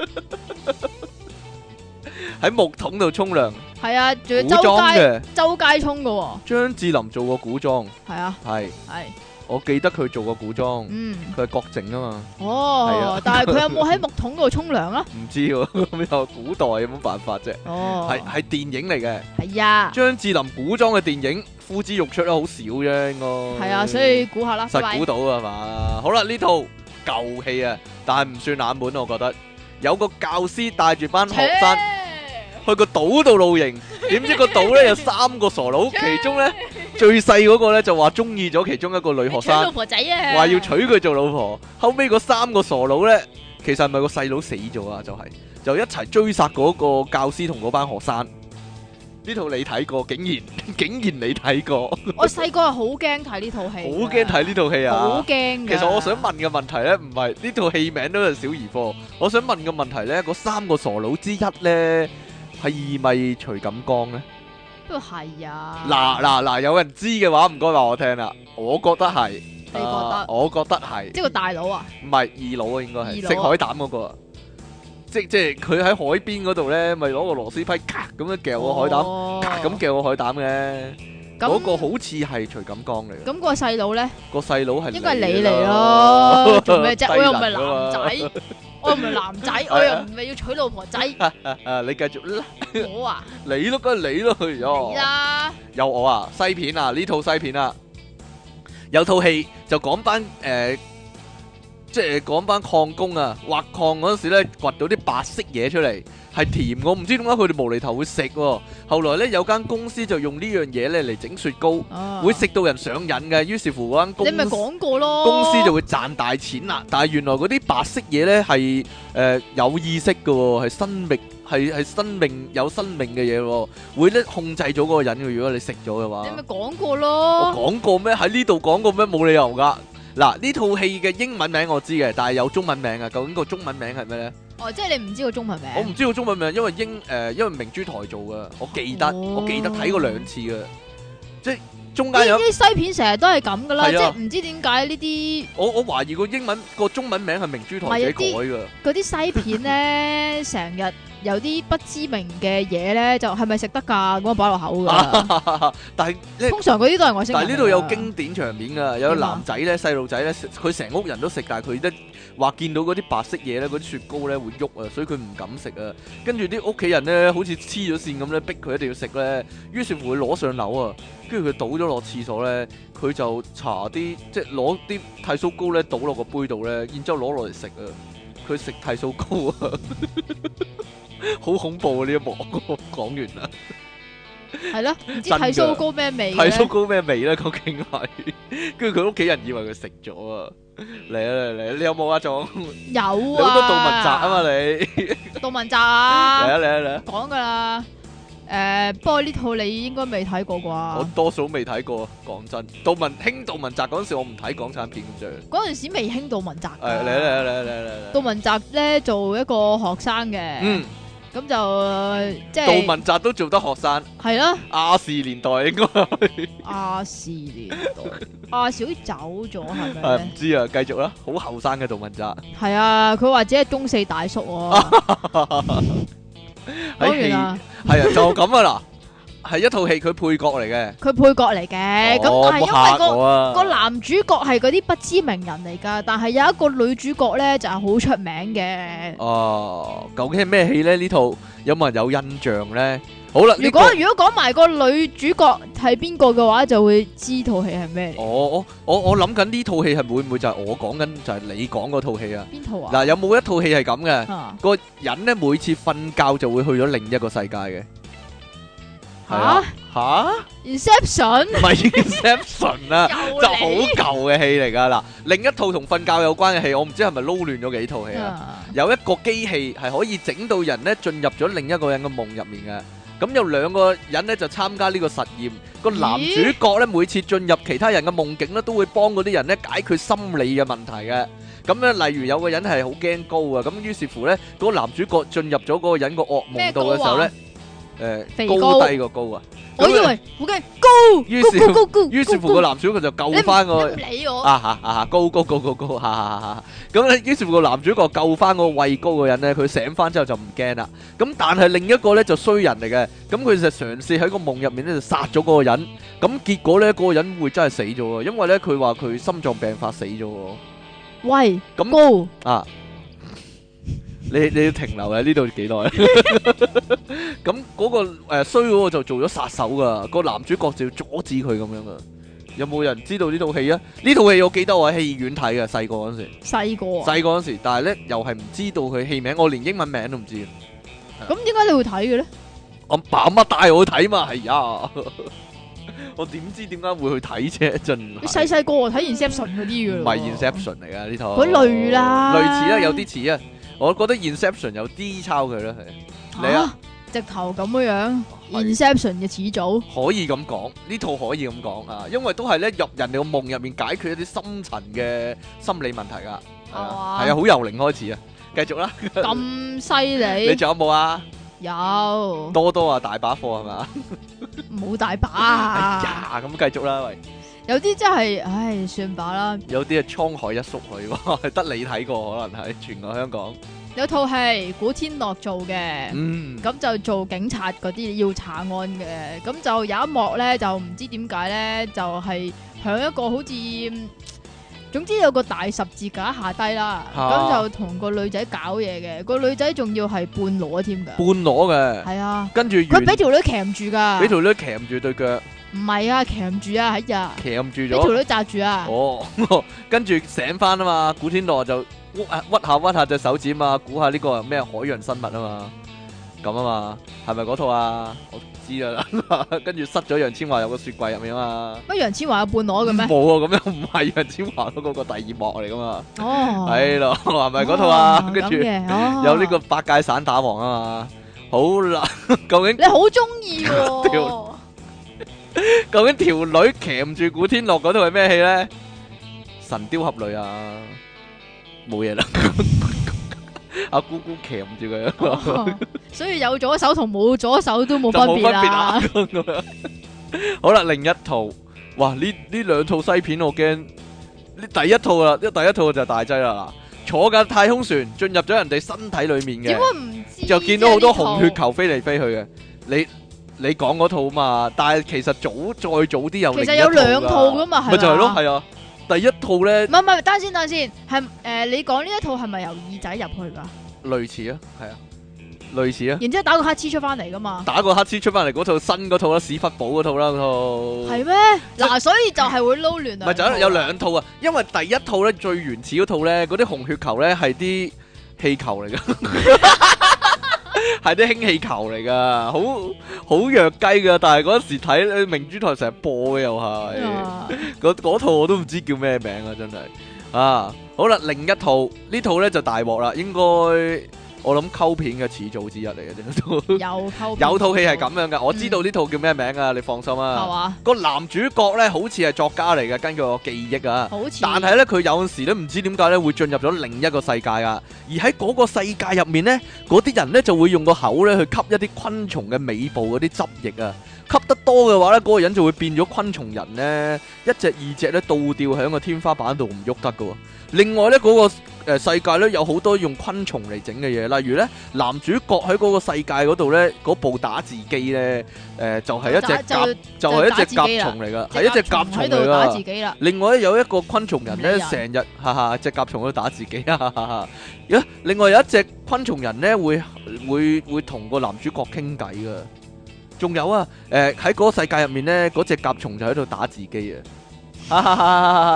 [SPEAKER 1] 喺木桶度沖涼，
[SPEAKER 2] 係啊，仲要
[SPEAKER 1] 古裝
[SPEAKER 2] 周街
[SPEAKER 1] 嘅
[SPEAKER 2] 周街沖噶喎，
[SPEAKER 1] 張智霖做過古裝，
[SPEAKER 2] 係啊，
[SPEAKER 1] 係
[SPEAKER 2] 係，
[SPEAKER 1] 我記得佢做過古裝，
[SPEAKER 2] 嗯，
[SPEAKER 1] 佢係郭靖啊嘛，係
[SPEAKER 2] 哦
[SPEAKER 1] 啊，
[SPEAKER 2] 但係佢有冇喺木桶度沖涼 啊？
[SPEAKER 1] 唔知喎， 咁又古代有冇辦法啫？
[SPEAKER 2] 哦，
[SPEAKER 1] 係係電影嚟嘅。
[SPEAKER 2] 係啊，
[SPEAKER 1] 張智霖古裝嘅電影呼之欲出啦，好少啫，應該。
[SPEAKER 2] 係啊，所以估下啦，
[SPEAKER 1] 實估
[SPEAKER 2] 拜拜
[SPEAKER 1] 到啊嘛。好啦，呢套舊戲啊，但係唔算冷門，我覺得。有個教師帶住班學生去個島度露 營，點知個島咧有三個傻 佬，其中咧最細嗰個咧就話中意咗其中一個女學
[SPEAKER 2] 娶老
[SPEAKER 1] 生，
[SPEAKER 2] 婆仔啊，
[SPEAKER 1] 話要娶佢做老婆。後尾嗰三個傻佬咧，其實係咪個細佬死咗啊？就係、就一齊追殺嗰個教師同嗰班學生。呢套你睇過，竟然 竟然你睇過，好
[SPEAKER 2] 我細個係好驚睇呢套戲，好
[SPEAKER 1] 驚睇啊呢套戲
[SPEAKER 2] 好
[SPEAKER 1] 啊！
[SPEAKER 2] 驚㗎。
[SPEAKER 1] 其實我想問嘅問題咧，唔係呢套戲名都係小兒科。我想問嘅問題咧，嗰三個傻佬之一咧係咪徐錦江咧？
[SPEAKER 2] 不過係啊，
[SPEAKER 1] 嗱，嗱嗱，有人知嘅話唔該話我聽啦。我覺得係，你
[SPEAKER 2] 覺得
[SPEAKER 1] 我覺得係，
[SPEAKER 2] 即係個大佬啊，
[SPEAKER 1] 唔係二佬啊，應該係
[SPEAKER 2] 二
[SPEAKER 1] 食
[SPEAKER 2] 佬
[SPEAKER 1] 海膽嗰個啊。即即係佢喺海邊嗰度咧，咪攞個螺絲批咔咁樣
[SPEAKER 2] 有
[SPEAKER 1] 夾個海膽，咔咁
[SPEAKER 2] 膽
[SPEAKER 1] 夾個海膽嘅。嗰個好似係徐錦江嚟嘅，
[SPEAKER 2] 咁個細佬咧？
[SPEAKER 1] 個細佬係
[SPEAKER 2] 應該係你嚟 咯，做咩啫？
[SPEAKER 1] 低
[SPEAKER 2] 我又唔係
[SPEAKER 1] 能啊嘛
[SPEAKER 2] 男仔，我又唔係男仔，我又唔係要娶老婆仔，
[SPEAKER 1] 啊！你繼續啦，
[SPEAKER 2] 我啊，
[SPEAKER 1] 你咯，梗係你咯，哎呀
[SPEAKER 2] 你啦，
[SPEAKER 1] 有我啊，西片啊，呢套西片啊，有套戲就講班誒、呃即係講班礦工啊，挖礦嗰陣時咧，掘到啲白色嘢出嚟，係甜我唔知點解佢哋無厘頭會食喎、後來咧有間公司就用呢樣嘢咧嚟整雪糕，會食到人上癮嘅，於是乎嗰間公
[SPEAKER 2] 你
[SPEAKER 1] 司
[SPEAKER 2] 咪講過咯，
[SPEAKER 1] 公司就會賺大錢啦。但係原來嗰啲白色嘢呢係誒有意識嘅喎，係生命係係生命有生命嘅嘢喎，會咧控制咗嗰個人嘅。如果你食咗嘅話
[SPEAKER 2] 你，咪講過
[SPEAKER 1] 我
[SPEAKER 2] 咯，
[SPEAKER 1] 講過咩？喺呢度講過咩？冇理由噶。嗱，呢套戲嘅英文名我知嘅，但係有中文名啊。究竟個中文名係咩呢？
[SPEAKER 2] 哦，即係你唔知個中文
[SPEAKER 1] 我
[SPEAKER 2] 名
[SPEAKER 1] 唔，知道中文名，因為英誒、呃因為明珠台做嘅，我記得，
[SPEAKER 2] 哦
[SPEAKER 1] 我記得睇過兩次嘅，即係中間有
[SPEAKER 2] 呢啲西片成日都係咁噶啦，即
[SPEAKER 1] 係啊
[SPEAKER 2] 係唔知點解呢啲
[SPEAKER 1] 我我懷疑個英文個中文名係明珠台自己改
[SPEAKER 2] 唔
[SPEAKER 1] 嘅。
[SPEAKER 2] 嗰啲西片咧， 成日有啲不知名嘅嘢咧，就係咪食得㗎咁啊擺落口㗎，
[SPEAKER 1] 但係咧，
[SPEAKER 2] 通常嗰啲都係外星人
[SPEAKER 1] 但
[SPEAKER 2] 嚟㗎。
[SPEAKER 1] 係呢度有經典場面噶，有個
[SPEAKER 2] 點啊
[SPEAKER 1] 男仔咧、細路仔咧，食佢成屋人都食，但係佢一話見到嗰啲白色嘢咧，嗰啲雪糕咧會喐啊，所以佢唔敢食啊。跟住啲屋企人咧，好似黐咗線咁咧，逼佢一定要食咧，於是乎佢攞上樓啊，跟住佢倒咗落廁所咧，佢就搽啲即係攞啲剃鬚膏咧倒落個杯度咧，然之後攞落嚟食啊，佢食剃鬚膏啊。 好恐怖啊！呢一幕 講完啦，
[SPEAKER 2] 系咯，唔知
[SPEAKER 1] 真㗎
[SPEAKER 2] 剃须膏咩味
[SPEAKER 1] 剃鬚
[SPEAKER 2] 嘅？
[SPEAKER 1] 膏咩味咧？究竟係？跟住佢屋企人以為佢食咗啊！嚟啊嚟啊嚟啊！你有冇啊？仲
[SPEAKER 2] 有啊，
[SPEAKER 1] 你好多杜
[SPEAKER 2] à?
[SPEAKER 1] 汶澤啊嘛！你
[SPEAKER 2] 杜汶
[SPEAKER 1] 嚟
[SPEAKER 2] 澤
[SPEAKER 1] 啊嚟啊嚟啊！
[SPEAKER 2] 講噶啦，诶，不過呢套你應該未睇過
[SPEAKER 1] 我
[SPEAKER 2] 啩？
[SPEAKER 1] 多數未睇過，講真。杜汶興杜汶澤嗰陣時，我唔睇港產片咁啫。
[SPEAKER 2] 嗰陣時未興杜汶澤㗎。
[SPEAKER 1] 誒嚟嚟嚟嚟嚟嚟
[SPEAKER 2] 杜！汶澤咧做一個學生嘅，
[SPEAKER 1] 嗯，
[SPEAKER 2] 咁就呃即係
[SPEAKER 1] 杜汶澤都做得學生，
[SPEAKER 2] 係啦，
[SPEAKER 1] 亞視年代應該
[SPEAKER 2] 亞視年 代，亞視好似走咗係咪
[SPEAKER 1] 係
[SPEAKER 2] 咧
[SPEAKER 1] 唔？知啊。繼續啦，好後生嘅杜汶澤
[SPEAKER 2] 係啊，佢話自己係中四大 叔喎。講
[SPEAKER 1] 喺
[SPEAKER 2] 完
[SPEAKER 1] 戲
[SPEAKER 2] 啦，
[SPEAKER 1] 係啊，就咁啊嗱，係一套戲佢配角嚟嘅。
[SPEAKER 2] 佢配角嚟嘅，咁
[SPEAKER 1] 哦
[SPEAKER 2] 但係
[SPEAKER 1] 冇
[SPEAKER 2] 因為
[SPEAKER 1] 嚇
[SPEAKER 2] 個
[SPEAKER 1] 我啊
[SPEAKER 2] 個男主角係嗰啲不知名人嚟㗎，但係有一個女主角咧就係好出名嘅。
[SPEAKER 1] 哦，究竟係咩戲咧？呢套有冇人有印象咧？好啦，
[SPEAKER 2] 如
[SPEAKER 1] 呢個
[SPEAKER 2] 果如果講埋個女主角係邊個嘅話，就會知套戲係咩嚟。
[SPEAKER 1] 我我我我諗緊呢套戲係會唔會就係我講緊就係你講嗰套戲啊？
[SPEAKER 2] 邊套啊？
[SPEAKER 1] 嗱，有冇一套戲係咁嘅？
[SPEAKER 2] 啊
[SPEAKER 1] 個人咧每次瞓覺就會去咗另一個世界嘅，係啊
[SPEAKER 2] 吓
[SPEAKER 1] 吓，
[SPEAKER 2] ，Inception
[SPEAKER 1] 唔係 Inception 啊，
[SPEAKER 2] 又
[SPEAKER 1] 就好舊
[SPEAKER 2] 嚟
[SPEAKER 1] 嘅戲嚟㗎嗱。另一套同瞓覺有關嘅戲，我唔知係咪撈亂咗幾套戲啊。
[SPEAKER 2] 啊
[SPEAKER 1] 有一個機器係可以整到人咧進入咗另一個人嘅夢入面嘅。咁有兩個人咧就參加呢個實驗，個男主
[SPEAKER 2] 咦
[SPEAKER 1] 角咧每次進入其他人嘅夢境咧，都會幫嗰啲人咧解決心理嘅問題嘅。咁咧，例如有個人係好驚高啊，咁於是乎咧，嗰、個男主角進入咗嗰個人個噩夢度嘅時候咧，誒、
[SPEAKER 2] 肥高
[SPEAKER 1] 高低個高啊，
[SPEAKER 2] 我以為好嘅高，
[SPEAKER 1] 於是
[SPEAKER 2] 高高高，
[SPEAKER 1] 於是乎個男主角就救翻
[SPEAKER 2] 你
[SPEAKER 1] 個
[SPEAKER 2] 唔。理我，
[SPEAKER 1] 啊哈啊哈，高高高高高，哈哈哈哈！咁咧，於是乎個男主角救翻個畏高嘅人咧，佢醒翻之後就唔驚啦。咁但係另一個咧就衰人嚟嘅，咁佢就嘗試喺個夢入面咧就殺咗嗰個人，咁結果咧嗰個人會真係死咗喎，因為咧佢話佢心臟病發死咗喎。
[SPEAKER 2] 喂
[SPEAKER 1] 咁
[SPEAKER 2] 高，
[SPEAKER 1] 啊，你你要停留喺呢度幾耐啊？咁嗰、個呃衰嗰個就做咗殺手噶，個男主角就要阻止佢咁樣啊。有冇人知道呢套戲啊？呢套戲我記得我喺戲院睇嘅，細個嗰陣時，
[SPEAKER 2] 細個啊，
[SPEAKER 1] 細個嗰陣時，但係咧又係唔知道佢戲名，我連英文名都唔知。
[SPEAKER 2] 咁點解你會睇嘅咧？
[SPEAKER 1] 我爸媽帶我去睇嘛，係呀， 我點知點解會去睇啫？真係
[SPEAKER 2] 你細細個我睇 Inception 嗰啲嘅
[SPEAKER 1] 唔係 Inception 嚟㗎呢套，
[SPEAKER 2] 佢類啦
[SPEAKER 1] 類似啦，有啲似啊。我覺得 Inception 有啲抄佢啦，係。你啊
[SPEAKER 2] 啊，直頭咁樣樣
[SPEAKER 1] 係
[SPEAKER 2] Inception 嘅始祖，
[SPEAKER 1] 可以咁講，呢套可以咁講啊，因為都係咧入人哋個夢入面解決一啲深層嘅心理問題噶，係啊，
[SPEAKER 2] 哇
[SPEAKER 1] 係啊，好由零開始啊，繼續啦，
[SPEAKER 2] 咁犀
[SPEAKER 1] 你
[SPEAKER 2] 利，
[SPEAKER 1] 仲有冇啊？
[SPEAKER 2] 有
[SPEAKER 1] 多多啊，大把貨係嘛？
[SPEAKER 2] 冇大
[SPEAKER 1] 哎
[SPEAKER 2] 把？
[SPEAKER 1] 呀，咁繼續啦，喂，
[SPEAKER 2] 有啲真係，唉，算吧啦。
[SPEAKER 1] 有啲係滄海一粟去喎， 得你睇過可能係全個香 港，
[SPEAKER 2] 有套戲古天樂做嘅。
[SPEAKER 1] 嗯，
[SPEAKER 2] 咁就做警察嗰啲要查案嘅，咁就有一幕咧，就唔知點解咧，就係、響一個好似嗯，總之有個大十字架下低啦，
[SPEAKER 1] 嚇
[SPEAKER 2] 咁、就同個女仔搞嘢嘅，個女仔仲要係半裸添㗎，
[SPEAKER 1] 半裸嘅，
[SPEAKER 2] 係啊，
[SPEAKER 1] 跟住
[SPEAKER 2] 佢俾
[SPEAKER 1] 完
[SPEAKER 2] 條女騎唔住
[SPEAKER 1] 俾
[SPEAKER 2] 㗎，
[SPEAKER 1] 條女騎住對腳，
[SPEAKER 2] 唔係啊，騎唔住啊，哎呀，
[SPEAKER 1] 騎唔住
[SPEAKER 2] 俾條
[SPEAKER 1] 咗，
[SPEAKER 2] 女扎住啊，
[SPEAKER 1] 哦，跟住醒翻啊嘛，古天樂就屈啊屈下屈下隻手指嘛，估下呢個係咩海洋生物啊嘛，咁啊嘛，係咪嗰套啊？我知啦， 跟住塞咗楊千嬅入個雪櫃入面啊嘛，
[SPEAKER 2] 乜楊千嬅有半裸嘅咩？
[SPEAKER 1] 冇啊，咁樣唔係楊千嬅嗰個第二幕嚟噶嘛，
[SPEAKER 2] 哦，
[SPEAKER 1] 嗯係咯，係咪嗰套啊？
[SPEAKER 2] 哦
[SPEAKER 1] 跟住
[SPEAKER 2] 咁嘅哦
[SPEAKER 1] 有呢個八戒散打王啊嘛，好啦， 究竟
[SPEAKER 2] 你好中意 喎
[SPEAKER 1] 屌，究竟條女騎唔住古天樂嗰套係咩戲咧？神雕俠侶啊，冇嘢啦。 阿姑姑騎唔住佢，
[SPEAKER 2] 哦 所以有左手同冇左手都
[SPEAKER 1] 就
[SPEAKER 2] 冇分
[SPEAKER 1] 冇
[SPEAKER 2] 別啊
[SPEAKER 1] 分別啊
[SPEAKER 2] 啦
[SPEAKER 1] 啦。。咁樣好啦，另一套，哇！呢呢兩套西片我驚，呢第一套啦，呢第一套就大劑啦。嗱坐架太空船進入咗人哋身體裡面
[SPEAKER 2] 點
[SPEAKER 1] 嘅，
[SPEAKER 2] 解唔知？
[SPEAKER 1] 就見到好多紅血。球飛嚟飛去嘅。你你講嗰套嘛，但係其實早再早啲有
[SPEAKER 2] 其
[SPEAKER 1] 另
[SPEAKER 2] 實
[SPEAKER 1] 一
[SPEAKER 2] 有兩
[SPEAKER 1] 兩
[SPEAKER 2] 套噶嘛，係
[SPEAKER 1] 咪就係
[SPEAKER 2] 係
[SPEAKER 1] 咯，。係啊，第一套咧
[SPEAKER 2] 唔係唔係，等陣先等陣先，係誒你講呢一套係咪由耳仔入去㗎？
[SPEAKER 1] 類似啊，係啊，類似啊，
[SPEAKER 2] 然之後打個乞嗤出翻嚟㗎嘛？
[SPEAKER 1] 打個黑黐出翻嚟嗰套新嗰套啦，屎忽寶嗰套啦，嗰套
[SPEAKER 2] 係咩？嗱，所以就係會撈亂啊。
[SPEAKER 1] 哦咪就係有兩套啊，因為第一套咧最 原始嗰套咧，嗰啲紅血球咧係啲氣球嚟噶，系啲氫氣球嚟噶，好好弱雞噶。但係嗰時睇明珠台成日播嘅又係，
[SPEAKER 2] 啊
[SPEAKER 1] 嗰嗰套我都唔知叫咩名啊，真係啊！好啦，另一套呢套咧就大鑊啦，應該我諗溝片嘅始祖之一嚟嘅啫。都
[SPEAKER 2] 有溝
[SPEAKER 1] 有套戲係咁樣嘅，我知道呢套叫咩名啊，你放心
[SPEAKER 2] 嗯係
[SPEAKER 1] 啊。
[SPEAKER 2] 嘛？
[SPEAKER 1] 個男主角咧好似係作家嚟嘅，根據我記憶啊。
[SPEAKER 2] 好似
[SPEAKER 1] 但係咧，佢有陣時咧唔知點解咧會進入咗另一個世界啊！而喺嗰個世界入面咧，嗰啲人咧就會用個口咧去吸一啲昆蟲嘅尾部嗰啲汁液啊！吸得多嘅話咧，嗰、個人就會變咗昆蟲人咧，一隻二隻咧倒吊喺個天花板度唔喐得嘅喎。另外咧，嗰、個呃世界咧有好多用昆蟲嚟整嘅嘢，例如咧男主角喺嗰個世界嗰度咧，嗰部打字機咧，誒、就係、一隻
[SPEAKER 2] 就
[SPEAKER 1] 甲，就係、一隻
[SPEAKER 2] 就打字機
[SPEAKER 1] 甲
[SPEAKER 2] 啦
[SPEAKER 1] 蟲嚟噶，係一隻甲蟲
[SPEAKER 2] 喺
[SPEAKER 1] 嚟
[SPEAKER 2] 度打
[SPEAKER 1] 噶
[SPEAKER 2] 自。己啦，
[SPEAKER 1] 另外咧有一個昆蟲人
[SPEAKER 2] 唔
[SPEAKER 1] 咧，
[SPEAKER 2] 理人
[SPEAKER 1] 成日哈哈只甲蟲喺度打自己 啊！哈哈咦另外有一隻昆蟲人咧，會會會同個男主角傾偈噶。仲有啊，誒喺嗰個世界入面咧，嗰只甲蟲就喺度打自己啊！哈哈哈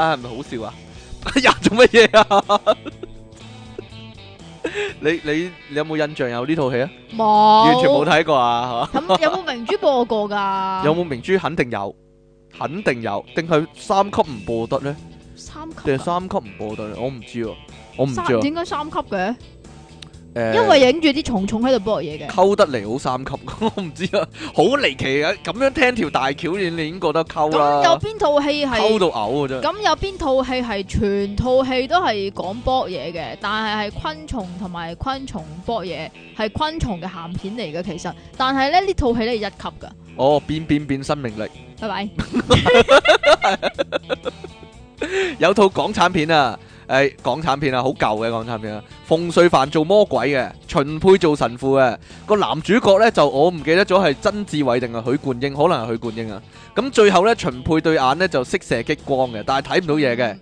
[SPEAKER 1] 哈係咪好笑啊？ 哎呀，做乜嘢啊？ 你你你有冇印象有呢套戲啊？
[SPEAKER 2] 冇
[SPEAKER 1] 完全冇。睇過啊！係嘛
[SPEAKER 2] 咁有冇明珠播過 㗎？
[SPEAKER 1] 有冇明珠？肯定有，肯定有，定係三級唔播得咧？
[SPEAKER 2] 三級啊？
[SPEAKER 1] 定係三級唔播得咧？我唔知喎，啊我唔知
[SPEAKER 2] 三
[SPEAKER 1] 喎。
[SPEAKER 2] 應該三級嘅，
[SPEAKER 1] 誒，
[SPEAKER 2] 因為影住啲蟲蟲喺度搏嘢嘅。
[SPEAKER 1] 溝得嚟好三級， 我唔知啊，好離奇啊！咁樣聽條大橋，你你已經覺得溝
[SPEAKER 2] 咁有
[SPEAKER 1] 啦，
[SPEAKER 2] 邊套戲係
[SPEAKER 1] 溝？到嘔啊真係。
[SPEAKER 2] 咁有邊套戲係全套戲都係講搏嘢嘅，但係係昆蟲同埋昆蟲搏嘢，係昆蟲嘅鹹片嚟嘅其實。但係咧呢套戲咧係一級㗎，
[SPEAKER 1] 哦，變變變生命力，
[SPEAKER 2] 拜拜。
[SPEAKER 1] 有套港產片啊，誒港產片啊，好舊嘅港產片啊，馮淬帆做魔鬼嘅，秦沛做神父嘅，個男主角呢，就我唔記得咗係曾志偉定係許冠英，可能係許冠英啊。咁最後呢，秦沛對眼呢就識射激光嘅，但係睇唔到嘢嘅。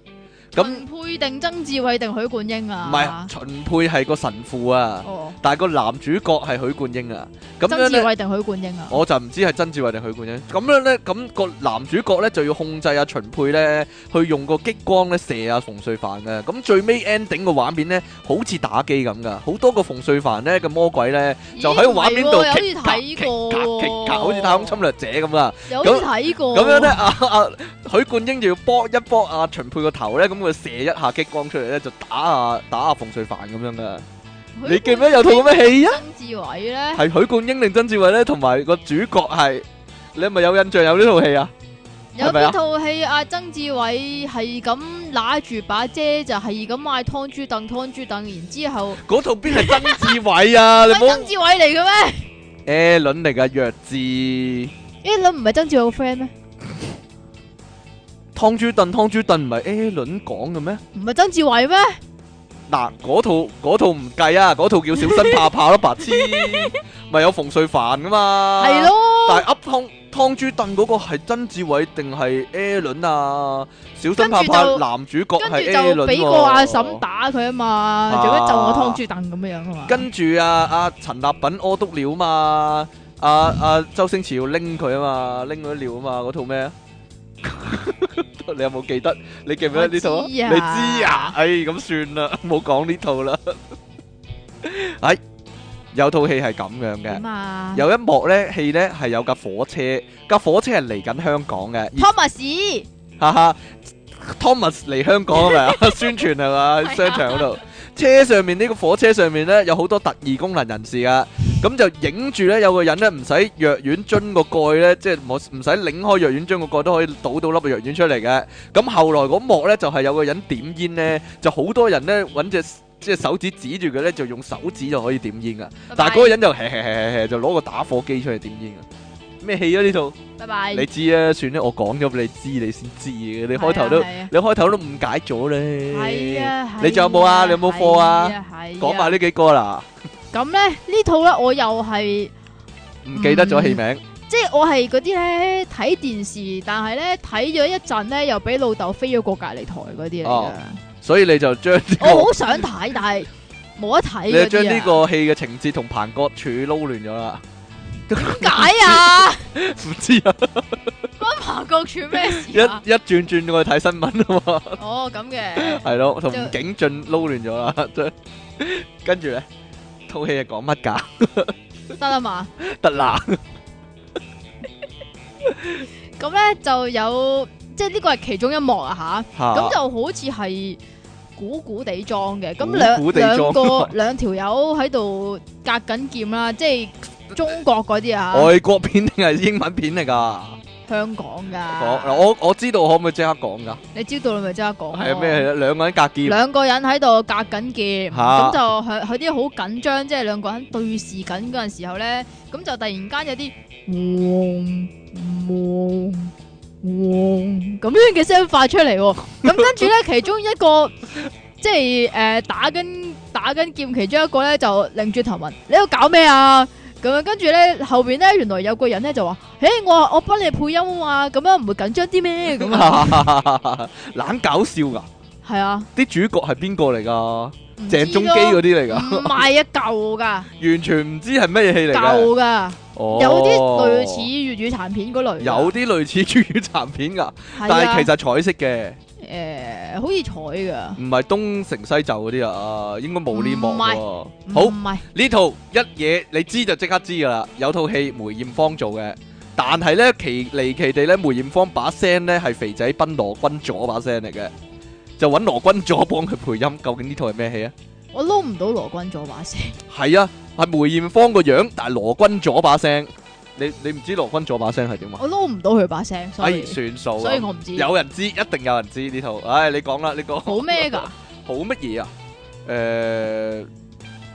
[SPEAKER 1] 咁
[SPEAKER 2] 陳佩定曾志偉定許冠英啊？
[SPEAKER 1] 唔係，秦沛係個神父啊，
[SPEAKER 2] 哦，
[SPEAKER 1] 但係個男主角係許冠英啊。咁樣
[SPEAKER 2] 曾志
[SPEAKER 1] 咧，
[SPEAKER 2] 偉定許冠英啊？
[SPEAKER 1] 我就唔知係曾志偉定許冠英。咁樣咧，咁、個男主角咧就要控制阿秦沛咧，去用個激光咧射阿馮淬帆嘅。咁最尾 ending 個畫面咧，好似打機咁噶，好多個馮淬帆咧個魔鬼咧就喺畫面度
[SPEAKER 2] 咦
[SPEAKER 1] 棘
[SPEAKER 2] 唔係
[SPEAKER 1] 格
[SPEAKER 2] 喎有哦
[SPEAKER 1] 棘格棘格，好
[SPEAKER 2] 好似睇過，
[SPEAKER 1] 似太空侵略者咁啊！
[SPEAKER 2] 有啲睇過。
[SPEAKER 1] 咁樣咧，，阿阿許冠英就要搏一搏阿秦沛個頭咧，咁佢射一下激光出嚟咧，就打啊打啊馮淬帆咁樣噶。你記唔記得有套咁嘅戲啊？
[SPEAKER 2] 曾志偉咧，
[SPEAKER 1] 係許冠英定曾志偉咧，同埋個主角係你係咪有印象有呢套戲啊？
[SPEAKER 2] 有
[SPEAKER 1] 係咪啊
[SPEAKER 2] 邊套戲啊？曾志偉係咁揦住把遮，就係咁嗌湯豬凳湯豬凳，然之後
[SPEAKER 1] 嗰套邊係曾志偉啊？你
[SPEAKER 2] 唔
[SPEAKER 1] 冇
[SPEAKER 2] 係曾志偉嚟嘅 咩？
[SPEAKER 1] 誒輪嚟噶弱智湯
[SPEAKER 2] 咦，你唔係曾志偉個 friend 咩？
[SPEAKER 1] 豬燉湯豬燉唔係 A 輪講嘅咩？
[SPEAKER 2] 唔係曾志偉咩？
[SPEAKER 1] 嗱，嗰套嗰套唔計啊，嗰套叫小新怕怕咯，白痴，咪有馮淬帆噶嘛？
[SPEAKER 2] 係咯，
[SPEAKER 1] 但係噏湯湯豬燉嗰個係曾志偉定係 A 輪啊？小新怕
[SPEAKER 2] 跟
[SPEAKER 1] 怕
[SPEAKER 2] 住就
[SPEAKER 1] 男主角
[SPEAKER 2] 跟
[SPEAKER 1] 係
[SPEAKER 2] 住
[SPEAKER 1] A 輪
[SPEAKER 2] 就俾個阿嬸打佢啊嘛，做咩就我湯豬凳咁樣樣啊嘛？
[SPEAKER 1] 跟住啊啊陳立品屙督尿嘛，啊啊周星馳要拎佢啊嘛，拎佢尿啊嘛，嗰套咩啊？ 你有冇記得？你記唔記得呢套啊？
[SPEAKER 2] 我
[SPEAKER 1] 你
[SPEAKER 2] 知啊
[SPEAKER 1] 知啊？唉，咁算啦，唔好講呢套啦。 唉，有套戲係咁樣嘅
[SPEAKER 2] 點，啊？
[SPEAKER 1] 有一幕咧戲咧係有架火車，架火車係嚟緊香港嘅，而
[SPEAKER 2] Thomas
[SPEAKER 1] 哈哈，Thomas 嚟香港係咪啊？宣傳係嘛？喺商場嗰度，車上面呢個火車上面咧有好多特異功能人士噶，咁就影住咧有個人咧唔使藥丸樽個蓋咧，即係唔好唔使擰開藥丸樽個蓋都可以倒到粒藥丸出嚟嘅。咁後來嗰幕咧就係有個人點煙咧，就好多人咧揾隻即係手指指住佢咧，就用手指就可以點煙噶。但係嗰個人就嘿嘿嘿嘿嘿就攞個打火機出嚟點煙噶。咩戲啊呢套？
[SPEAKER 2] 拜拜，
[SPEAKER 1] 你知啊，算啦，我講咗俾你知，你先知嘅。你開頭都，
[SPEAKER 2] 係啊
[SPEAKER 1] 你開頭都誤解咗
[SPEAKER 2] 係
[SPEAKER 1] 咧。
[SPEAKER 2] 啊，
[SPEAKER 1] 哎你仲有冇啊你有冇貨啊講
[SPEAKER 2] 講
[SPEAKER 1] 埋呢幾個啦，
[SPEAKER 2] 咁咧呢套咧，我又係
[SPEAKER 1] 唔記得咗戲名。
[SPEAKER 2] 即係我係嗰啲咧睇電視，但係咧睇咗一陣咧，又俾老豆飛咗過隔離台嗰啲嚟
[SPEAKER 1] 哦
[SPEAKER 2] 㗎。
[SPEAKER 1] 所以你就將呢
[SPEAKER 2] 我
[SPEAKER 1] 個，
[SPEAKER 2] 好想睇，但係冇得睇
[SPEAKER 1] 你
[SPEAKER 2] 嗰
[SPEAKER 1] 就
[SPEAKER 2] 啲
[SPEAKER 1] 將
[SPEAKER 2] 啊
[SPEAKER 1] 呢個戲嘅情節同彭國柱撈亂咗啦。
[SPEAKER 2] 點解啊？
[SPEAKER 1] 唔知啊，
[SPEAKER 2] 關彭國柱咩事啊？
[SPEAKER 1] 一一轉轉過去睇新聞啊 嘛，
[SPEAKER 2] 哦，咁嘅
[SPEAKER 1] 係咯，同
[SPEAKER 2] 就
[SPEAKER 1] 吳景俊撈亂咗啦。真跟住咧，套戲係講乜㗎？
[SPEAKER 2] 得啦嘛。
[SPEAKER 1] 得啦，
[SPEAKER 2] 咁咧就有，即係呢個係其中一幕啊吓，咁
[SPEAKER 1] 咁
[SPEAKER 2] 就好似係古古地裝嘅，咁
[SPEAKER 1] 古
[SPEAKER 2] 兩
[SPEAKER 1] 古地
[SPEAKER 2] 兩
[SPEAKER 1] 裝
[SPEAKER 2] 個 兩條友喺度隔緊劍啦，即係中國嗰啲啊，
[SPEAKER 1] 外國片定係英文片嚟㗎？
[SPEAKER 2] 香港
[SPEAKER 1] 講嗱，
[SPEAKER 2] 噶，
[SPEAKER 1] 我我知道可唔可以即刻講㗎？
[SPEAKER 2] 你知道你咪即刻講咯
[SPEAKER 1] 係咩？嚟？兩個人隔劍，
[SPEAKER 2] 兩個人喺度隔緊劍，
[SPEAKER 1] 嚇
[SPEAKER 2] 咁就佢佢啲好緊張，即係兩個人對視緊嗰陣時候咧，咁就突然間有啲嗡嗡嗡咁樣嘅聲發出 嚟喎。咁跟住咧，其中一個即係誒、呃打緊打緊劍，其中一個咧就擰住頭問：你喺度搞咩啊？咁樣跟住咧，後邊咧原來有個人咧就話：，誒我我幫你配音啊嘛，咁樣唔會緊張啲咩？咁啊，
[SPEAKER 1] 懶搞笑㗎。
[SPEAKER 2] 係啊，
[SPEAKER 1] 啲主角係邊個嚟㗎？
[SPEAKER 2] 唔知
[SPEAKER 1] 鄭中基
[SPEAKER 2] 咯
[SPEAKER 1] 嗰啲嚟㗎，
[SPEAKER 2] 唔 係啊，舊㗎。
[SPEAKER 1] 完全唔知係咩戲嚟㗎。
[SPEAKER 2] 舊噶，
[SPEAKER 1] 哦
[SPEAKER 2] 有啲類似粵語殘片嗰類㗎，
[SPEAKER 1] 有啲類似粵語殘片
[SPEAKER 2] 啊
[SPEAKER 1] 㗎，但係其
[SPEAKER 2] 實
[SPEAKER 1] 實彩色嘅，
[SPEAKER 2] 诶，好似彩噶，
[SPEAKER 1] 唔係東成西就嗰啲啊，應該冇呢幕
[SPEAKER 2] 唔係嗯
[SPEAKER 1] 喎。好
[SPEAKER 2] 唔。係
[SPEAKER 1] 呢套一嘢你知就即刻知噶啦，有套戲梅艷芳做嘅，但係呢，奇離奇地呢，梅艷芳把聲呢係肥仔賓羅君佐把聲嚟嘅，就揾羅君佐幫佢配音。究竟呢套係咩戲啊？
[SPEAKER 2] 我撈唔到羅君佐把聲，
[SPEAKER 1] 係啊，係梅艷芳個樣，但係羅君佐把聲。你你唔知羅君佐把聲係點啊？
[SPEAKER 2] 我撈唔到佢把聲，所
[SPEAKER 1] 哎，
[SPEAKER 2] 以
[SPEAKER 1] 算數
[SPEAKER 2] 所以
[SPEAKER 1] 啊！
[SPEAKER 2] 我唔知
[SPEAKER 1] 有人知，一定有人知呢套。唉，你講啦，你講
[SPEAKER 2] 好咩㗎？
[SPEAKER 1] 好乜嘢啊？誒，